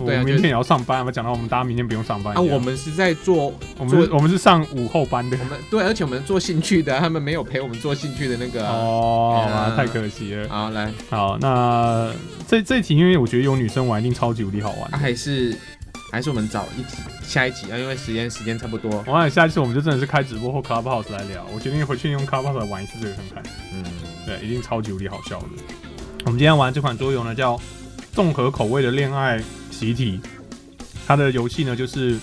我
对啊
们
就
明天也要上班，我们讲到我们大家明天不用上班
啊，
一样
我们是在做
我
做
们是我们是上午后班的
我。们对，而且我们做兴趣的，他们没有陪我们做兴趣的那个啊。
哦，好
对啊
吧，太可惜了。
好，来，
好，那这这一题，因为我觉得有女生玩一定超级无敌好
啊
玩。
还是还是我们找一集下一集啊，因为时间时间差不多。
我想下一次我们就真的是开直播或 Clubhouse 来聊。我决定回去用 Clubhouse 来玩一次这个看看，
嗯，
对，一定超级无敌好笑的。我们今天玩这款桌游呢，叫《综合口味的恋爱习题》，它的游戏呢就是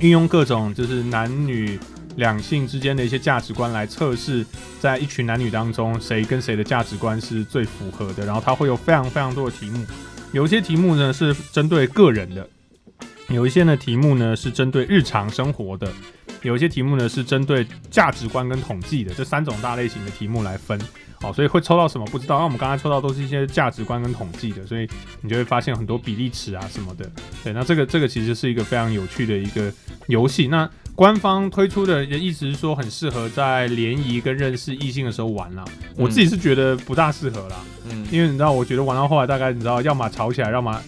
运用各种就是男女两性之间的一些价值观来测试，在一群男女当中谁跟谁的价值观是最符合的。然后它会有非常非常多的题目，有一些题目呢是针对个人的，有一些呢题目呢是针对日常生活的，有一些题目呢是针对价值观跟统计的这三种大类型的题目来分。哦，所以会抽到什么不知道。那我们刚才抽到都是一些价值观跟统计的，所以你就会发现很多比例尺啊什么的。对，那这个这个其实是一个非常有趣的一个游戏。那官方推出的意思是说，很适合在联谊跟认识异性的时候玩啦。我自己是觉得不大适合啦，
嗯，
因为你知道，我觉得玩到后来大概你知道，要么吵起来，要么。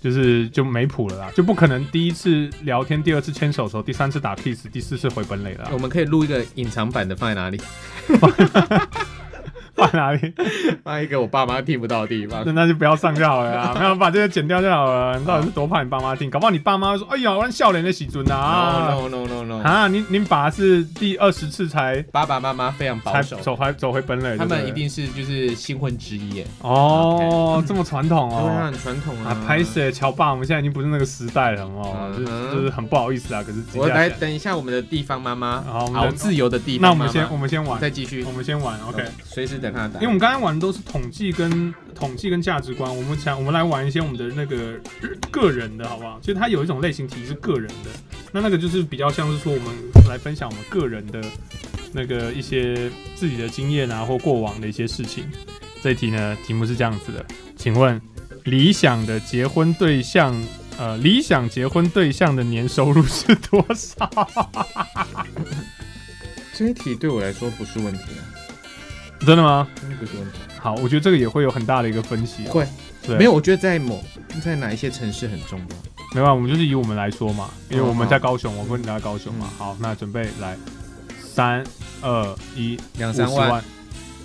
就是就没谱了啦，就不可能第一次聊天，第二次牵手的时候，第三次打 kiss，第四次回本垒了啦
我们可以录一个隐藏版的，放在哪 (laughs) 里？
放哪里？
放一个我爸妈听不到的地方
那。那就不要上就好了
(laughs)
啦，没有把这个剪掉就好了。你到底是多怕你爸妈听？搞不好你爸妈会说：“哎呀，我笑脸的喜尊啊
No no no no no，
啊！”您您爸是第二十次才
爸爸妈妈非常保
才
守，
走回走回本垒，
他
对
们
不对
一定是就是新婚之夜。
哦，这么传统
对
哦。
啊，很传统
啊
啊，，
拍谁？乔爸，我们现在已经不是那个时代了，哦，
嗯
就是
哼
就是很不好意思啊。可是
我
来，
来等一下我们的地方妈妈，
好我们
好自由的地
那我
方
们
妈妈。
先我们先玩，
再继续
我们先玩，OK。
随时等他打。
因为我们刚才玩的都是统计跟统计跟价值观，我们想我们来玩一些我们的那个呃个人的好不好？其实它有一种类型题是个人的，那那个就是比较像是说我们来分享我们个人的那个一些自己的经验啊或过往的一些事情。这一题呢，题目是这样子的，请问理想的结婚对象，呃，理想结婚对象的年收入是多少？ (laughs)
这一题对我来说不是问题啊，
真的吗？
真的不是问题。
好，我觉得这个也会有很大的一个分析哦、
会
对
没有？我觉得在某在哪一些城市很重要。
没办法，我们就是以我们来说嘛，因为我们在
嗯
高雄，我跟你在高雄嘛。好，那准备来，三二一，
两
五
三
十
万
万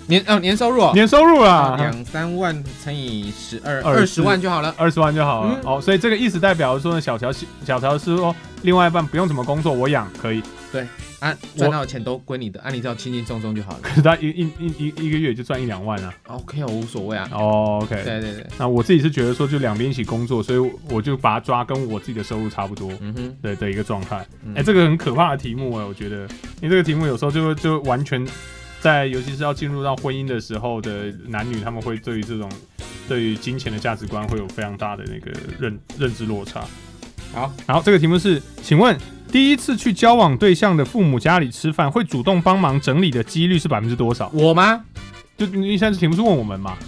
年哦，年收入哦
年收入啊啦，
两三万乘以十二，
二
二
十
十万就好了。
二十万就好了
嗯。
哦，所以这个意思代表说呢，小乔小乔是说，另外一半不用怎么工作，我养可以， (laughs)
啊，赚到的钱都归你的，啊，你只要轻轻松松就好了。
可是他一一一一一个月就赚一两万啊。
OK，我无所谓啊。
哦，OK，
对对对，
那我自己是觉得说，就两边一起工作，所以我就把它抓跟我自己的收入差不多。
嗯哼，
的的一个状态。哎、
嗯
这个很可怕的题目哎、我觉得，因为这个题目有时候就会就完全在，尤其是要进入到婚姻的时候的男女，他们会对于这种对于金钱的价值观会有非常大的那个认认知落差。
好，
然后这个题目是，请问第一次去交往对象的父母家里吃饭，会主动帮忙整理的几率是百分之多少？
我吗？
就你现在题目是问我们嘛？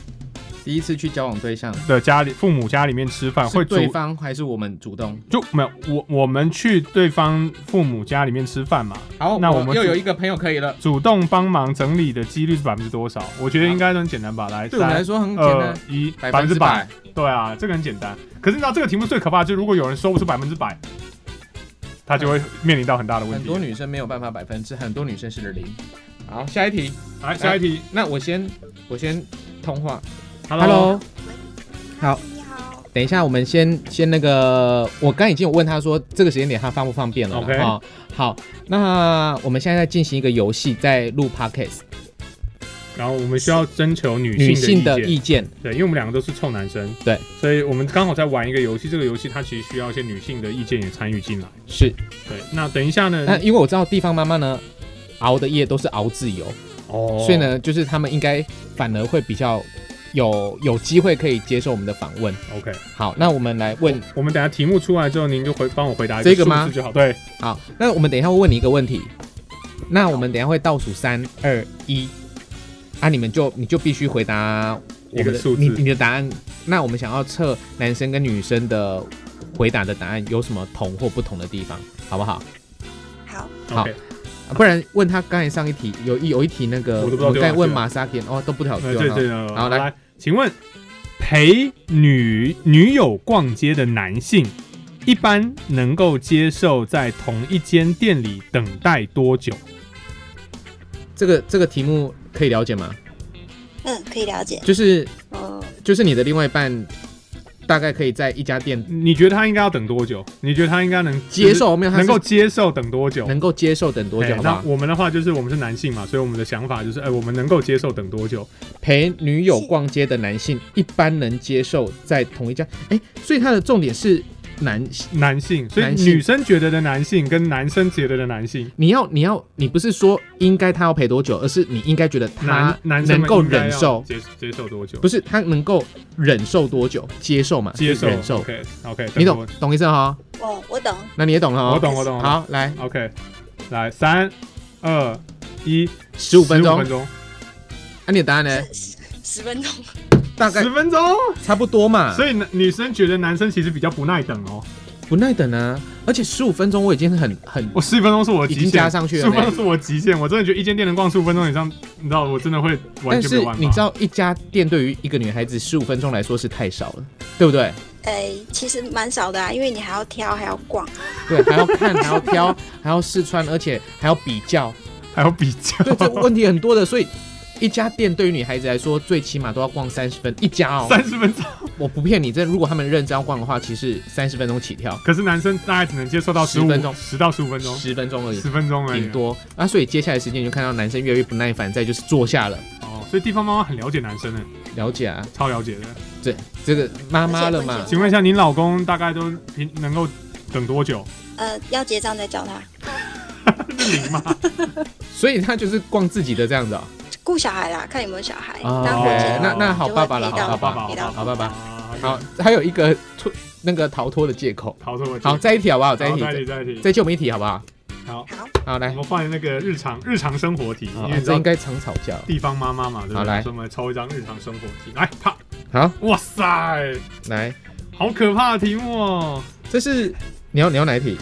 第一次去交往对象
的家里父母家里面吃饭啊会
是
主
对方还是我们主动？
就没有我我们去对方父母家里面吃饭嘛？
好，
那我们
又
主
有一个朋友可以了。
主动帮忙整理的几率是百分之多少？我觉得应该都很简单吧。来，
对我们来
三
说很简
二
单，
一，
百
分
分
之
之
呃百
百。。
对啊，这个很简单。可是你知道这个题目最可怕，就是如果有人说不出百分之百，他就会面临到很大的问
很多
题。
女生没有办法百分之，很多女生是零。好，下一题。
来，下一题。
那我先我先通话。
Hello，
好，
你好，
等等一下，我们先先那个，我刚已经有问他说这个时间点他方不方便了啦
OK
哦好，那我们现在在进行一个游戏，在录 podcast，
然后我们需要征求女
女
性
性
的
的
意见，
意见，
对，因为我们两个都是臭男生，
对，
所以我们刚好在玩一个游戏，这个游戏它其实需要一些女性的意见也参与进来。
是。
对，那等一下呢？
那因为我知道地方妈妈呢，熬的夜都是熬自由，
哦
所以，呢，就是他们应该反而会比较有有机会可以接受我们的访问。
OK，
好，那我们来问，
我们等下题目出来之后，您就回帮我回答一
这个
数
吗
字就好。对，
好，那我们等一下会问你一个问题，那我们等一下会倒数三二一，啊，你们就你就必须回答我
一
们
个
的
数字
你你的答案。那我们想要测男生跟女生的回答的答案有什么同或不同的地方，好不好？
好，
好
OK，
啊不然问他刚才上一题有一有一题那个
我都不知道
我们在
丢哪
问
去了
马萨克哦都不好
那
丢
哎这
哈
这个
好来，
请问陪女女友逛街的男性，一般能够接受在同一间店里等待多久？
这个这个题目可以了解吗？
嗯，可以了解。
就是
嗯，
就是你的另外一半大概可以在一家店
你觉得他应该要等多久？你觉得他应该能
接受，没有他
能
是
够接受等多久？
能够接受等多久，
哎
好不
那
好？
我们的话就是我们是男性嘛，所以我们的想法就是，哎、我们能够接受等多久？
陪女友逛街的男性一般能接受在同一家，哎，所以他的重点是男，
男性，所以
男性
女生觉得的男性跟男生觉得的男性，
你要你要你不是说应该他要陪多久，而是你应该觉得他
男男生
能
们
够
应该
忍
要
受，
接接受多久？
不是他能够忍受多久，接受嘛，
接受
忍受，
OK OK，
你懂懂意思哈？
哦，我懂。
那你也懂了
我
哦。
懂我懂。我懂。
好，来
OK，来三二一，
十五分钟
15分，钟，
那你的答案呢？
十十分钟，
大概
十分钟。
差不多嘛。
所以男女生觉得男生其实比较不耐等哦。
不耐等啊，而且十五分钟我已经很很
我十分钟是我的极
已
限，
经加上去了
十分钟是我的极限。我真的觉得一间店能逛十五分钟以上，你知道我真的会完
但
全没
是
有办法。
你知道，一家店对于一个女孩子十五分钟来说是太少了，对不对？
哎，其实蛮少的啊，因为你还要挑，还要逛。
对，还要看，还要挑， (laughs) 还要试穿，而且还要比较，
还有比较，
对，这问题很多的。所以一家店对于女孩子来说，最起码都要逛三十分一家哦。
三十分钟。
我不骗你，这如果他们认真要逛的话，其实三十分钟起跳，
可是男生大概只能接受到十
10
五
分钟
十到十五分钟，
十分钟而已，
十分钟而已
顶。多。那、所以接下来时间你就看到男生越来越不耐烦，再就是坐下了。
哦，所以地方妈妈很了解男生呢，
了解啊，
超了解的。
对，这个妈妈了嘛
而且，
请问一下，您老公大概都平能够等多久？
呃，要结账再找他。
是零吗？
所以她就是逛自己的这样子哦。
顾小孩啦，看有没有小孩。
哦
当伙计的话
那
那好爸爸了
就会陪到
爸好
好爸好
陪到
爸爸，
好，
好，还有一个脱那个逃脱的借口。
逃出我去
好，，再一题好不好？再一
好
题，
再提
再
再提。
再借我们一题好不好？
好，
好，
我
来，
们换那个日常日常生活题，因
好
为你知
哦这
道
应该常吵架。
地方妈妈嘛，对不
好
对？
来
所以我们抽一张日常生活题，来，啪！
好，
哇塞，
来，
好可怕的题目哦！
这是你要你要哪一题？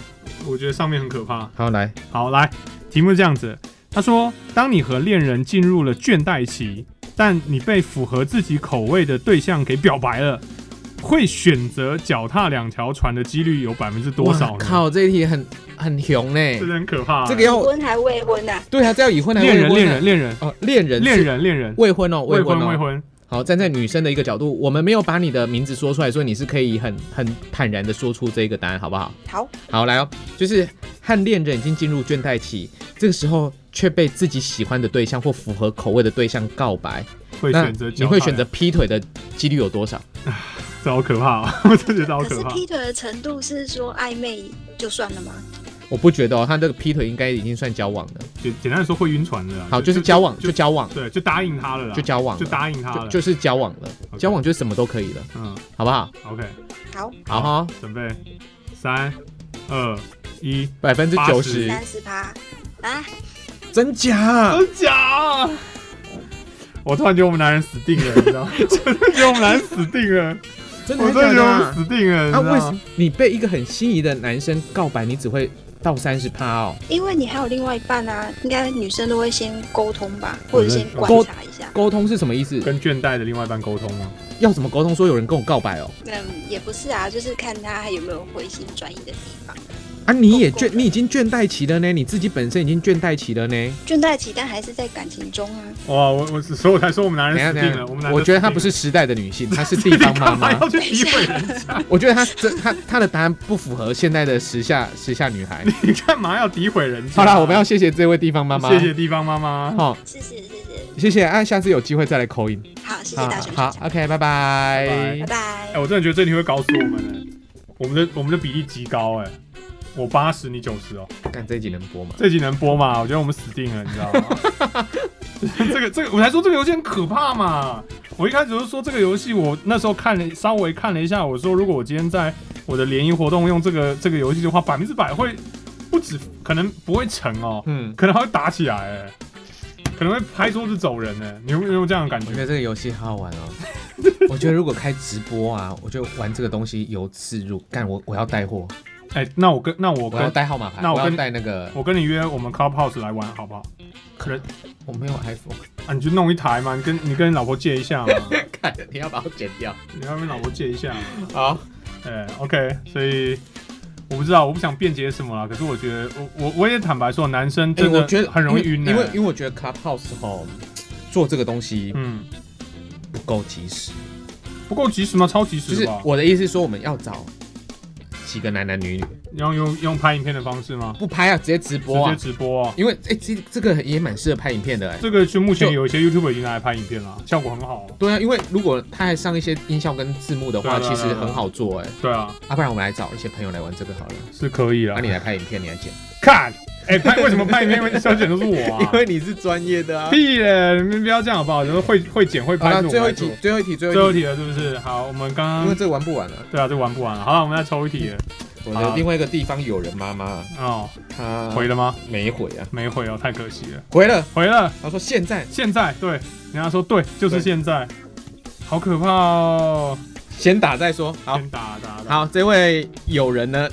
我觉得上面很可怕。
好，来，
好，来，题目是这样子，他说，当你和恋人进入了倦怠期，但你被符合自己口味的对象给表白了，会选择脚踏两条船的几率有百分之多少呢？，
哇靠，这一题很很熊呢。
真的很可怕、啊
这个要
已婚还未婚呐？
对啊，这要已婚还是
恋人，
未
恋
婚啊
人，恋人，
哦，恋人，
恋，人，恋人，
未婚哦，
未
婚
婚，未
哦。
婚，
好，站在女生的一个角度，我们没有把你的名字说出来，所以你是可以很很坦然的说出这个答案，好不好？
好，
好，来哦，就是和恋人已经进入倦怠期，这个时候却被自己喜欢的对象或符合口味的对象告白，
会
那
选择啊脚踏
你
两
会选择劈腿的几率有多少？
这好可怕、哦， (laughs) 我真的觉得好
可
可
是
怕。
劈腿的程度是说暧昧就算了吗？
我不觉得哦，他这个劈腿应该已经算交往了。
简简单的说，会晕船的啦。
好，就是交往，就交往，
对，啊就答应他了啦，
就交往
就
了，
答应他
就
了。
就是交往了，
OK
交往就是什么都可以了，
嗯
好不好？
，OK，
好，
好哈，
准备三二一，
百分之九十，
三十趴啊，
真假？
真假？ (laughs) 我突然觉得我们男人死定了，你知道吗？ (laughs) 真的觉得我们男人死定了，
真的
我
还
真的觉得我
假的
们
啊？
死定了，你
啊，
知
为
道
什
吗？
你被一个很心仪的男生告白，你只会到三十趴哦？
因为你还有另外一半啊，应该女生都会先沟通吧，或者先观察一下。
沟通是什么意思？
跟倦怠的另外一半沟通啊吗？
要怎么沟通？说有人跟我告白哦？
嗯，也不是啊，就是看他还有没有回心转意的地方。
啊，你也倦，你已经倦怠期了呢，你自己本身已经倦怠期了呢。
倦怠期，但还是在感情中啊。
哇，我我所以我才说我们男人死
等一
定
下
了，我们男
等一下，
人
我觉得她
死定
不
了
是时代的女性，她是地方
(laughs)
妈
你干嘛
妈。
要去诋毁人家？
我觉得她这她她的答案不符合现在的时下时下
(laughs)
女孩。
你干嘛要诋毁人家？
好啦，我们要谢谢这位地方妈妈，
谢谢地方妈妈。
好、
谢谢谢谢，
谢谢啊，下次有机会再来扣音。
好，谢谢
好
大学长
好，，OK，拜拜
拜
拜。拜
哎、。我真的觉得这题会搞死我们呢、我们的我们的比例极高哎、我八十，你九十哦。
看这一集能播吗？
这集能播吗？我觉得我们死定了，你知道吗？
(laughs)
这个这个，我才说这个游戏很可怕嘛。我一开始就说这个游戏，我那时候看了稍微看了一下，我说如果我今天在我的联谊活动用这个这个游戏的话，百分之百会不止，可能不会成哦，
嗯，
可能还会打起来、哎，可能会拍桌子走人呢、哎你有没有这样的感
我觉
觉？
得这个游戏好好
(laughs)
玩哦。我觉得如果开直播啊，我就玩这个东西由次入。干，我我要带货，
哎、那我跟那我
我
跟
要带号码牌，
那我
我
跟
要带那个，
我跟你约我们 Clubhouse 来玩好不好？可能
我没有 iPhone。
啊，你就弄一台嘛，你跟你跟老婆借一下
(laughs)
嘛，
看，你要把我剪 (laughs) 掉。
你要跟老婆借一下嘛。
好，
哎、o k 所以我不知道，我不想辩解什么啦。可是我觉得，我我我也坦白说，男生
哎、
真
我
的
觉得
很容易晕欸的、
因为因为因为我觉得 Clubhouse 吼做这个东西
嗯，
不够及时。
不够及时吗？超及
就
时
是
的吧？
我的意思是说，我们要找几个男男女女，
你要用用拍影片的方式吗？
不拍啊，直接直播啊
直，接直播、啊。
因为哎、这这个也蛮适合拍影片的哎、
这个就目前
就
有一些 YouTube 已经拿来拍影片了，效果很好、
对啊，因为如果他还上一些音效跟字幕的
对
话，
啊对啊
其实很好做哎、
对啊，
啊，不然我们来找一些朋友来玩这个好了。
是可以
那、
啊。
你来拍影片，你 (laughs) 来剪，
看，哎、拍为什么拍影片会消减都是我
(laughs)
啊？
你是专业的
(laughs)
啊
屁嘞！你们不要这样好不好？就是会会剪会
(laughs) 好
拍。
了，
是我
最后一
来做
题，最后一题，最
最
后
后一
一题，
题了，是不是？好，我们刚
因为
刚
这个玩不完了。
对啊，这玩不完了。好了，我们再抽一题了。
我
好
的另外一个地方有人妈妈，
哦，
她
回了吗？
没回啊？
没回哦，太可惜了。
回了，
回了，
她说现在
现在对，人家说对，就是
对
现在，好可怕哦。
先打再说。好，
先打打打，
好，这位友人呢，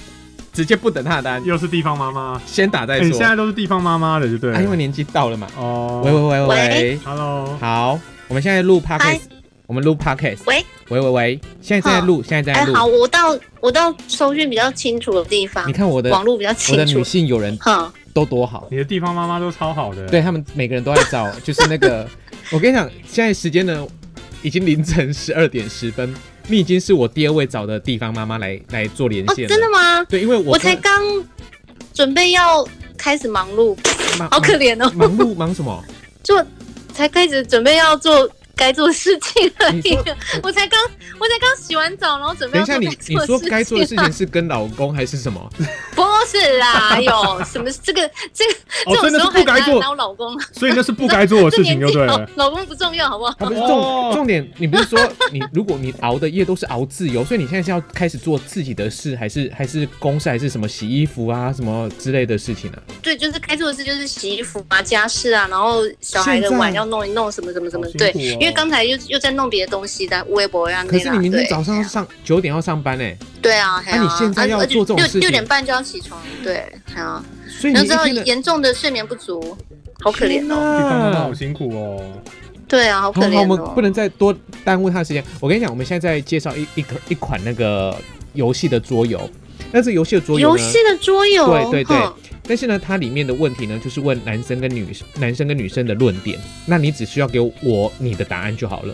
直接不等他的单，
又是地方妈妈，
先打再
哎你
说
现。在都是地方妈妈了，就对了。
啊，因为年纪到了嘛。
哦，
喂喂喂喂
喂，
，Hello，
好，我们现在录 podcast，
嗨
我们录 podcast。
喂
喂喂喂，现在正在录，现在
哎
正在，
好，
录。
我到我到收讯比较清楚的地方
你，看我的
网络比较
我的
清
女
楚。
性友人
哼，哦
都多好，
你的地方妈妈都超好的。
对，他们每个人都在找，就是那
(laughs)
个，我跟你讲，现在时间呢已经凌晨十二点十分，你已经是我第二位找的地方妈妈来来做连
哦，
线了。
真的吗？
对，因为我
我才刚准备要开始忙碌，
忙
好可怜哦，
忙忙碌忙什
(laughs)
么？
就才开始准备要做该做的事情而
你
已
说。
(laughs) 我才刚我才刚洗完澡，然后准备
等
要
一下
做
你你说该
该
做的
做的
事
事
情
情。
是跟老公还是什么？
(laughs) 不是啦，有什么这个这个
哦，
这
真的
种时
是
候
不
还
该
拿
做
拿，我老公，
哦
所以那是不该做的
这
事
年
(laughs)
情，就
纪
对
老
了。
老公不重要，好不好？
啊，不是
哦
重重点，你不是说你如果你熬的夜都是熬自由，所以你现在是要开始做自己的事，还是还是公事，还是什么洗衣服啊什么之类的事情啊？
对，就是该做的事就是洗衣服啊、家事啊，然后小孩的
现在
碗要弄一弄，什么什么什么
好。辛苦
对
哦，
因为刚才又又在弄别的东西的，微博啊呀、
可是你明天
对
早上要上九点要上班哎、
对啊，嘿啊
你现在要
而且
做这种
六
事情
六点半就要起床，对，还啊，
所以你
然
一
后之后
天的
严重的睡眠不足，好可怜哦。
地方妈妈好
哦。
辛苦哦。
对啊，好可
好好，我
怜
们不
哦。
能再多耽误他的时间。我跟你讲，我们现在在介绍一一个一款那个游戏的桌游，那这游戏的桌游
游
呢？
戏的桌游，
对对对
哼
但是呢，它里面的问题呢，就是问男生跟女男生跟女生的论点，那你只需要给我你的答案就好了，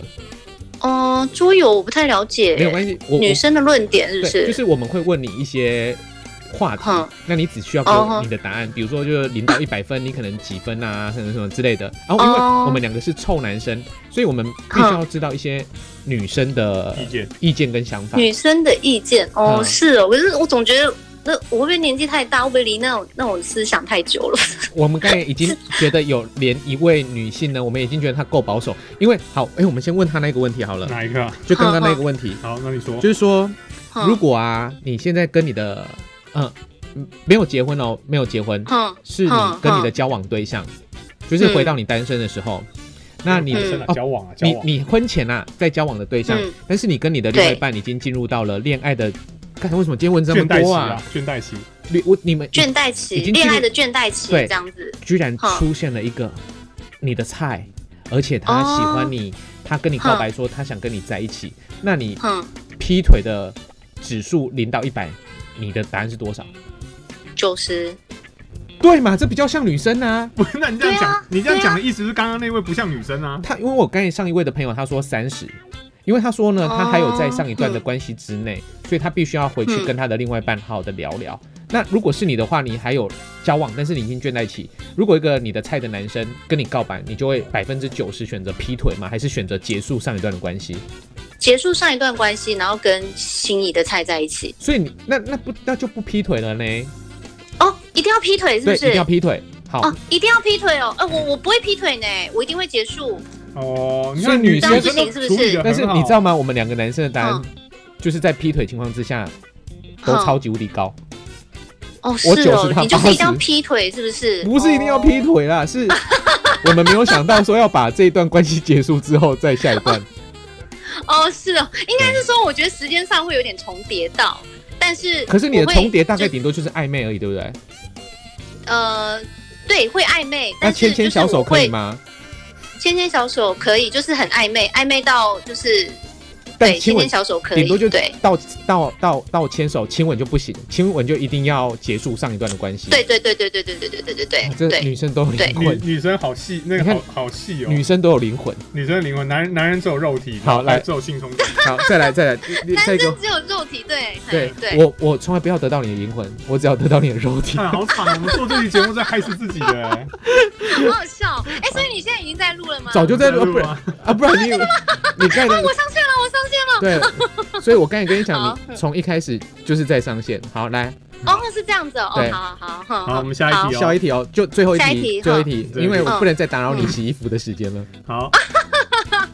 哦，桌游我不太了解，
没有关系。我我
女生的论点是不
对，
是？
就是我们会问你一些话题
哼，
那你只需要给我
哦
你的答案，比如说就是零
(coughs)
到一百分，你可能几分啊，什么什么之类的。然后因为
哦
我们两个是臭男生，所以我们必须要知道一些女生的
意见
意见跟想法。
嗯女生的意见哦，
嗯
是哦，可是我总觉得。那我会不会年纪太大？会不会离那种那种思想太久了？
我们刚才已经觉得有连一位女性呢，我们已经觉得她够保守，因为好，哎、我们先问她那个问题好
嗯
了，
哪一个啊？
就刚刚那个问题，
好，那你说。
就是说
哼
如果啊，你现在跟你的嗯嗯没有结婚哦，没有结婚，
哼
是你
哼
跟你的
哼
交往对象，就是回到你单身的时候，那你
你
嗯
生啊
哦
交往啊，交
你
往。
你婚前啊在交往的对象
嗯，
但是你跟你的另外一半已经进入到了恋爱的，看为什么今天问这
倦
么
怠期
多
啊
啊？，
倦怠期。 (laughs)
你我你们
倦嗯怠期
已，经进入
恋爱的倦怠期，
对
这样子。
居然
哼
出现了一个你的菜，而且他喜欢你，
哦
他跟你告白说他想跟你在一起，那你
哼，
劈腿的指数零到一百，你的答案是多少？
九十，
对嘛？这比较像女生啊。
不是，那你这样
对
讲，
啊
你这样
对啊
讲的意思是刚刚那位不像女生啊？
他因为我刚才上一位的朋友他说三十，因为他说
哦
呢，他还有在上一段的
嗯
关系之内，所以他必须要回去
嗯
跟他的另外一半好好的聊聊。那如果是你的话，你还有交往，但是你已经倦在一起。如果一个你的菜的男生跟你告白，你就会百分之九十选择劈腿吗？还是选择结束上一段的关系？
结束上一段关系，然后跟心仪的菜在一起。
所以你那那不那就不劈腿了呢？
哦，一定要劈腿是
对，
不
一定
是
要？劈腿。好，
哦，一定要劈腿哦！哎、我我不会劈腿呢，我一定会结束。
哦，你
所以
看
女
女
生
生
不
真的
行是不
处理
是
得
但是
很
你
好
知道吗？我们两个男生的答案
嗯
就是在劈腿情况之下都
嗯
超级无敌高。
哦，是
我
哦
90，他
你就是一定要
80
劈腿是不是？
不是一定要劈腿
(laughs)
啦，是我们没有想到说要把这一段关系结束之后再下一
(laughs)
段。
哦，是哦，应该是说，我觉得时间上会有点重叠到，但是
可是你的
我会
重叠大概
就
顶多就是暧昧而已，对不对？
呃，对，会暧昧。
那
但是
牵牵小手可以
就是
吗？
我会？牵牵小手可以，就是很暧昧，暧昧到就是
但
对，
亲
牵
吻
牵小手可以，
顶多就
对，
到到到到牵手，亲吻就不行，亲吻就一定要结束上一段的关系。
对，对对对对对对对对对
哦
对
这
对
女生都有灵
女
魂，
女生好细，那个
你看
好好细哦。
女生都有灵魂。
女生的灵魂，男人男人只有肉体，
好来
只有性 (laughs) 冲动。
好，再来再来，你你
男
再一个
生。只有肉体，对
对
嘿哎对，
我我从来不要得到你的灵魂，我只要得到你的肉体。
哎看，好惨！我们做这期节目在害死自己
(laughs)
耶，
好好笑。哎，所以你现在已经在录了吗？
早就在录，
你在
不
录
然
吗
啊，不然
(laughs)
你以为你盖的
啊我上线了，我上线了。
对，所以我刚才跟你讲，
(laughs) 好
你从一开始就是在上线。好，来
哦，是这样子哦，
对
哦好好好，
好我们下一题哦
下一题哦，就最后一
下
题，
一题
最后一题，
好
因为
嗯
我不能再打扰你洗衣服的时间
(laughs)
了。
好，
好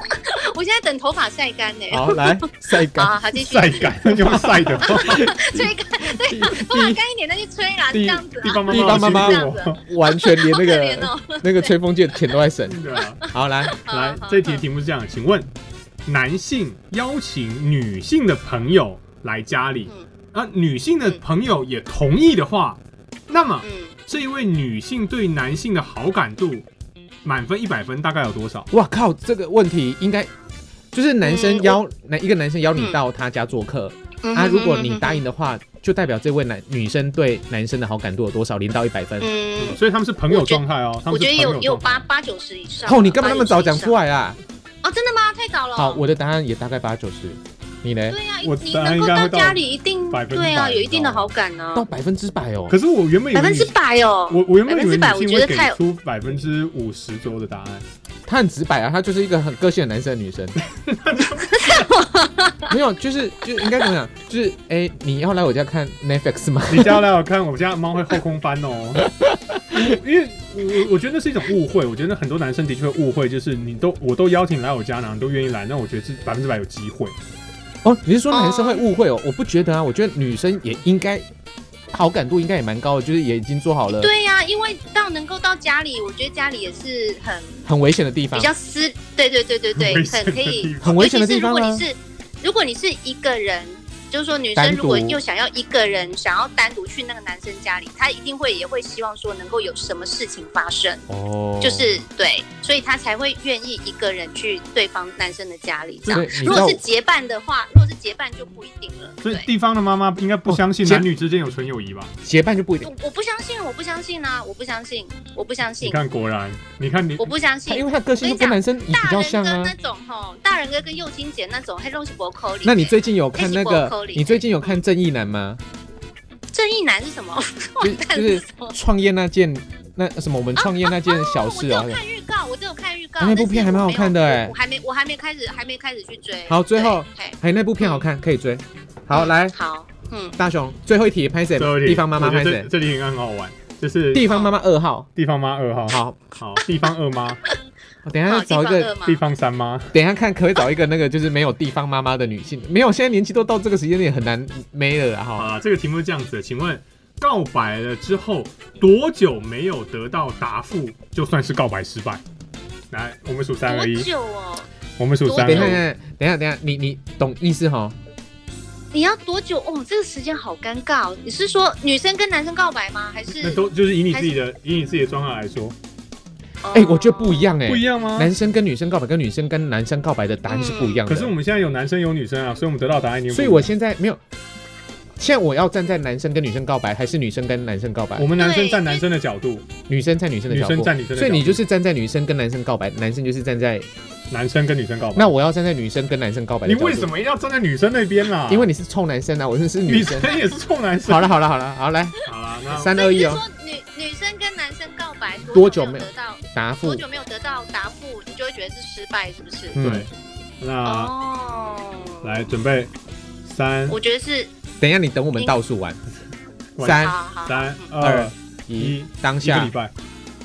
我现在等头发晒干呢。
好，来晒
(laughs) 好
干，
好，继续
晒干用晒
(laughs)
的话，
吹干， (laughs) 对啊，头发干一点再去吹啦，
第
这
一
样子
地
啊，
方妈
地
妈
方
好
妈妈
辛苦哦，
完全连
好
那
可怜
个
哦。
那个吹风机的钱都在省。
对啊。
好，来，
好
来
好，
这题
好
的题目是这样，请问男性邀请女性的朋友来家里
嗯，
啊，女性的朋友也同意的话，那么
嗯，
这一位女性对男性的好感度满分一百分大概有多少？
哇靠，这个问题应该就是男生
嗯
邀男一个男生邀你
嗯
到他家做客
嗯
啊，
哼
如果你
哼
答应的话，就代表这位男女生对男生的好感度有多少，零到一百分。
嗯，
所以他们是朋友
我觉
状态哦，他
我
们是
觉得
朋友
有有
状态
八八九十以上。
哦，你干嘛那么
八
早
九十以
讲
上
出？来啊啦？
哦，真的吗？太早了。
好，我的答案也大概八九十，你呢？
对呀，
我
你
答案
能
应
够
该会
到
到
家里一定
百分之百
对啊，有一定的好感呢
到，百分之百哦。
可是我原本以
百
为
分之
你
百哦。
我我原本以为
百分之百
女性会
我觉得
给
太
出百分之五十左右的答案，
他很直白啊，他就是一个很个性的男生
(laughs)
女生。没有，就是就应该怎么讲？就是哎、你要来我家看 Netflix 吗？ (laughs)
你家来我看，我家的猫会后空翻哦。 (laughs) 因为我我觉得那是一种误会，我觉得很多男生的确会误会，就是你都我都邀请来我家，然后你都愿意来，那我觉得是百分之百有机会。
哦，你是说男生会误会哦？我不觉得啊，我觉得女生也应该好感度应该也蛮高的，就是也已经做好了
对呀，因为到能够到家里，我觉得家里也是很
很危险的地方
比。较私，对对对对
危 (laughs)
对，
险
很
的
可以
地方
很危险的地方啊
尤其是如果你是如果你是一个人，就是说女
单
生
独
如果又想要一个人，想要单独去那个男生家里，她一定会也会希望说能够有什么事情发生，
哦，
就是对，所以她才会愿意一个人去对方男生的家里这
所
样
以。你
如
知道
果是结伴的话，如果是结伴就不一定了。
所以
对，
地方的妈妈应该不相信
哦
男女之间有纯友谊吧？
结伴就不一定，
我我不相信，我不相信啊，我不相信，我不相
你
信，
看，果然，你看你
我不相
他
信
因。为他个性就跟男生比
大
较
人
像
哥
啊
那。种吼，大人哥跟幼青姐那种，黑东西不扣
那你最近有看那
黑西伯
个
克？里
你最近有看《正义男》吗？
正义男是什 (laughs) 么？
就
(laughs) 完蛋
就是
是什么？
创业那件那什么，我们创业那件小
啊我
事
只
哦
有。看预告，我只有看预告。
啊那部片还蛮好看的
但是我没有
哎
我还没，我还没开始，还没开始去追。
好最后
对，嘿
哎，那部片好看，可以追。好，来
好，嗯，
大雄，最后一题，拍谁？
最后一点
地方妈妈
我觉
拍
得
谁
这？这里应该很好玩，就是
地方妈妈二号。
地方妈二号，
好，
好，地方二妈，
我等一
好
下找一
地方
个
恶，吗
地方三妈，
等一下看可不可以找一个那个就是没有地方妈妈的女性。没有，现在年纪都到这个时间点，很难没了啦
好
哈。
啊，这个题目是这样子的，请问告白了之后多久没有得到答复，就算是告白失败？来，我们数三
多
二一，
久哦？
我们数
多
三
等一下，
二
等一
一。
下，等一下，等一下，你你懂意思哈？
你要多久？哦，这个时间好尴尬哦。你是说女生跟男生告白吗？还是
那？都就是以你自己的以你自己的状态来说，
哦
哎，我觉得不一
样。
样哎
不一，样吗？
男生跟女生告白跟女生跟男生告白的答案是不一样的。
可是我们现在有男生有女生啊，所以我们得到答案一定不一样。
所以我现在没有。现在我要站在男生跟女生告白，还是女生跟男生告白
我？们男生
对
站男生的角度，
女生站女生的
女
角
生
度，
站女生的角度，
所以你就是站在女生跟男生告白，男生就是站在
男生跟女生告白。
那我要站在女生跟男生告白的
你
角度。
为什？么一定要站在女生那边啦？
因为你是臭男生啊，我是女
女
生
生。也是臭男生。
(laughs) 好了好了好了，好来
好啦，那
三
呃所
二
以
一
就
哦，
说女女生跟男生告白
多
多
久
久
没
没
有
有得到
答复
多。久没有得到答复，你就会觉得是失败，是不是？
嗯
对，那
哦，
来，准备三
我觉得是
等一下，你等我们倒数完，
完
三
好好
三
嗯
二
二一
一，
当
一个
下
礼，拜，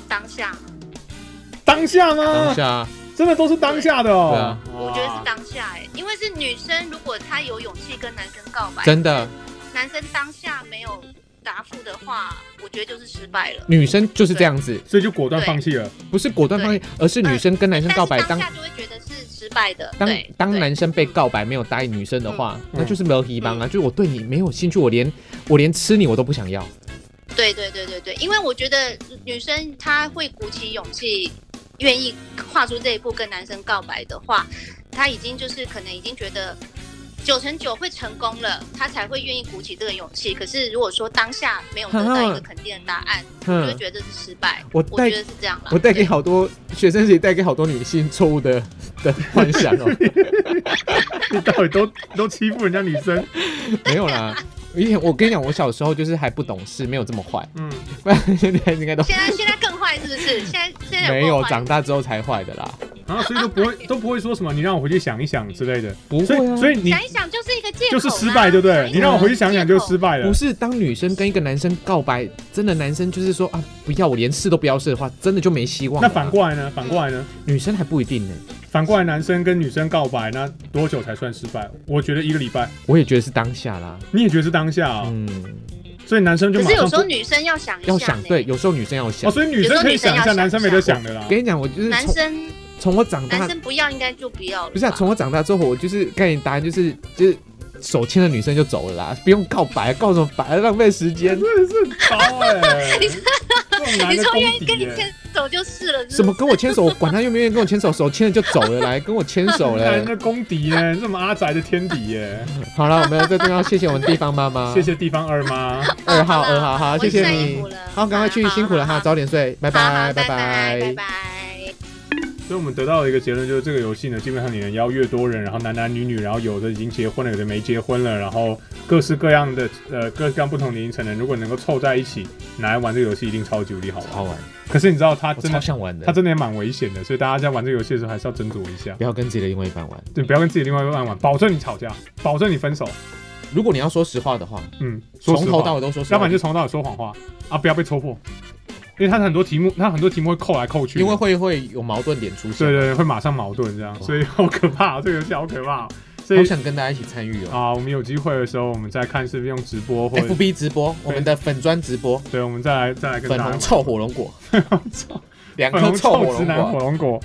当下，
当下
当
吗？
下，
真的都是当下的
对
哦
啊。
哇
我觉得是当下哎、因为是女生，如果她有勇气跟男生告白，
真的，
男生当下没有答复的话，我觉得就是失败了。
女生就是这样子，
所以就果断放弃了。
不是果断放弃，而是女生跟男生告白，
但
当
是当下就会觉得是失败的。
当
对
当
对
男生被告白没有答应女生的话，
嗯
那就是没有希望啊，就是我对你没有兴趣，我连我连吃你我都不想要。
对对对对对，因为我觉得女生她会鼓起勇气，愿意跨出这一步跟男生告白的话，她已经就是可能已经觉得九成九会成功了，她才会愿意鼓起这个勇气。可是如果说当下没有得到一个肯定的答案，就会
哼，
觉得是失败。
我
嗯我
带
觉得是这样啦。
我带给
对
好多学生时期带给好多女性错误的的幻想
(laughs)
哦，
你到底都 (laughs) 都欺负人家女生？
没有啦。因为我跟你讲，我小时候就是还不懂事，没有这么坏，
嗯，
不然现在应该都
现在现在更坏是不是？现在现在
没
有
有
更坏
长大之后才坏的啦。
然嗯啊后所以都不会都不会说什么，你让我回去想一想之类的。
不
所
会
以
啊，
所以你
想一想就是一个借口
就
啦，
是失败，对不
啊
对？你让我回去想想就失败了
不。是当女生跟一个男生告白，真的男生就是说啊，不要我连试都不要试的话，真的就没希望了
那
啊。
反过来呢？反过来呢？
女生还不一定呢、
反过来，男生跟女生告白，那多久才算失败？我觉得一个礼拜。
我也觉得是当下啦。
你也觉得是当下啊、
嗯，
所以男生就
可
马
是有
上
时
不
候女生要想一下
要
呢，
想对，有时候女生要想。
哦，所以女生可以想一下，男生没得想的啦。
跟你讲，我就是
男
从
生
从我长
男
大，
生不要应该就不要了吧。
不是啊，从我长大之后，我就是跟你答案就是就是手牵着女生就走了啦，不用告白，告什么白，浪费时间。
真的是很高哎、这种男
(laughs) 你
的
说
公
愿意跟
敌
你
耶、
牵手就是了，是不是
什么跟我牵手，我管他愿不愿意跟我牵手，手牵着就走了，来跟我牵手
男 (laughs)
嘞。
的公敌耶、这么阿宅的天敌耶、
好了，我们要在这边要谢谢我们地方妈妈，
谢谢地方二妈，
二号
好了
二号，好，
我
谢
去
谢
晒衣
你
服了，
好，赶快去，
好好
辛苦了哈，
好
早点睡，拜拜
好拜
拜
拜拜。
所以我们得到的一个结论就是，这个游戏呢，基本上你能邀越多人，然后男男女女，然后有的已经结婚了，有的没结婚了，然后各式各样的呃各式各样不同年龄层的，如果能够凑在一起拿来玩这个游戏，一定超级无敌好玩。
好玩，
可是你知道它
我
真
超
的，
想玩
它
的，
真的也蛮危险的，所以大家在玩这个游戏的时候还是要斟酌一下。
不要跟自己的另外一半玩。
对，不要跟自己另外一半玩，保证你吵架，保证你分手。
如果你要说实话的话，
嗯，说
从
实
头到
话，
尾都说实
要不
话
然，就从头到尾说谎话啊，不要被戳破，因为他很多题目，他很多题目会扣来扣去的，
因为会会有矛盾点出现。
对对对，会马上矛盾这样，所以好可怕，哦这个游戏好可怕。所
哦好
以
想跟大家一起参与哦。
啊，我们有机会的时候，我们再看是不是用直播或者
FB 直播，我们的粉砖直播，
对，我们再来再来跟大
粉
家玩
红臭火龙
(laughs)
果，两
粉
颗
红
臭火
臭直
龙
男火
果，
龙果。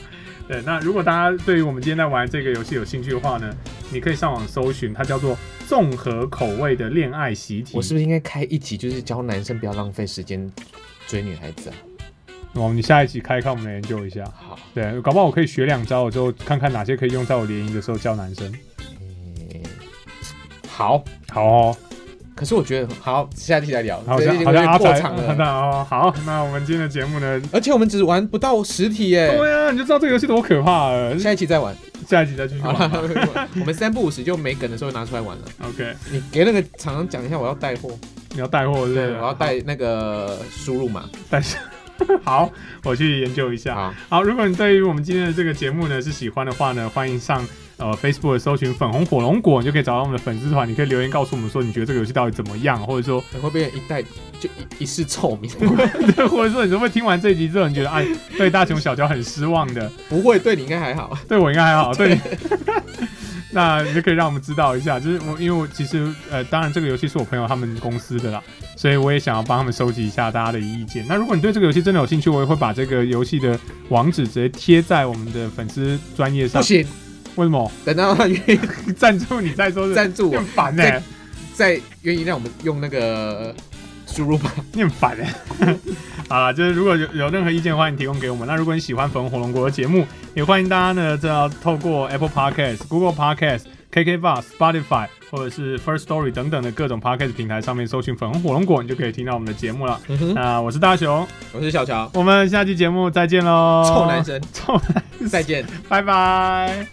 对，那如果大家对于我们今天在玩这个游戏有兴趣的话呢，你可以上网搜寻，它叫做综合口味的恋爱习题。
我是不是应该开一集，就是教男生不要浪费时间追女孩子啊？啊
我们下一集开看，我们来研究一下。
好，
对，搞不好我可以学两招，我就看看哪些可以用在我联谊的时候教男生。
嗯好，
好、哦，
可是我觉得好，下期再聊，
好
这
像
已经
好
有
像
点
阿
过
才，
场
好
了。
(laughs) 那哦，好，那我们今天的节目呢？
而且我们只玩不到十题耶，
对啊，你就知道这个游戏多可怕了。
(laughs) 下一期再玩。
下 (laughs) 一集再继续
好
玩
了
吧。，
我们三不五十就没梗的时候拿出来玩了。
OK，
你给那个厂商讲一下，我要带货，
你要带货是不
对，
是？
我要带那个输入码。
带 (laughs) 上。好，我去研究一下。
好，
好，如果你对于我们今天的这个节目呢是喜欢的话呢，欢迎上呃 Facebook 搜寻粉红火龙果，你就可以找到我们的粉丝团，你可以留言告诉我们说你觉得这个游戏到底怎么样，或者说 (laughs)
会变成一代就一一世臭 (laughs) 名。
对，或者说你会不会听完这一集之后，你觉得哎，对大雄小乔很失望的？
不会，对你应该还好。
(laughs) 对我应该还好，对你。那你就可以让我们知道一下，就是我，因为我其实呃，当然这个游戏是我朋友他们公司的啦，所以我也想要帮他们收集一下大家的意见。那如果你对这个游戏真的有兴趣，我也会把这个游戏的网址直接贴在我们的粉丝专业
不
上。
行，
为什么？ (laughs)
等到他愿意
赞助你再说是
(laughs) 赞助我
欸很，烦呢、
再愿意让我们用那个输入法。
你很烦哎。 (laughs) 好了，就是如果有有任何意见，欢迎提供给我们。那如果你喜欢粉红火龙果的节目，也欢迎大家呢，这要透过 Apple Podcast、Google Podcast、KK Bus、Spotify 或者是 First Story 等等的各种 Podcast 平台上面搜寻粉红火龙果，你就可以听到我们的节目了。
嗯哼，
那我是大雄，
我是小乔，
我们 (laughs)
哦 (laughs)
下期节目再见喽！
臭男，神，
臭男，
再见。
拜拜。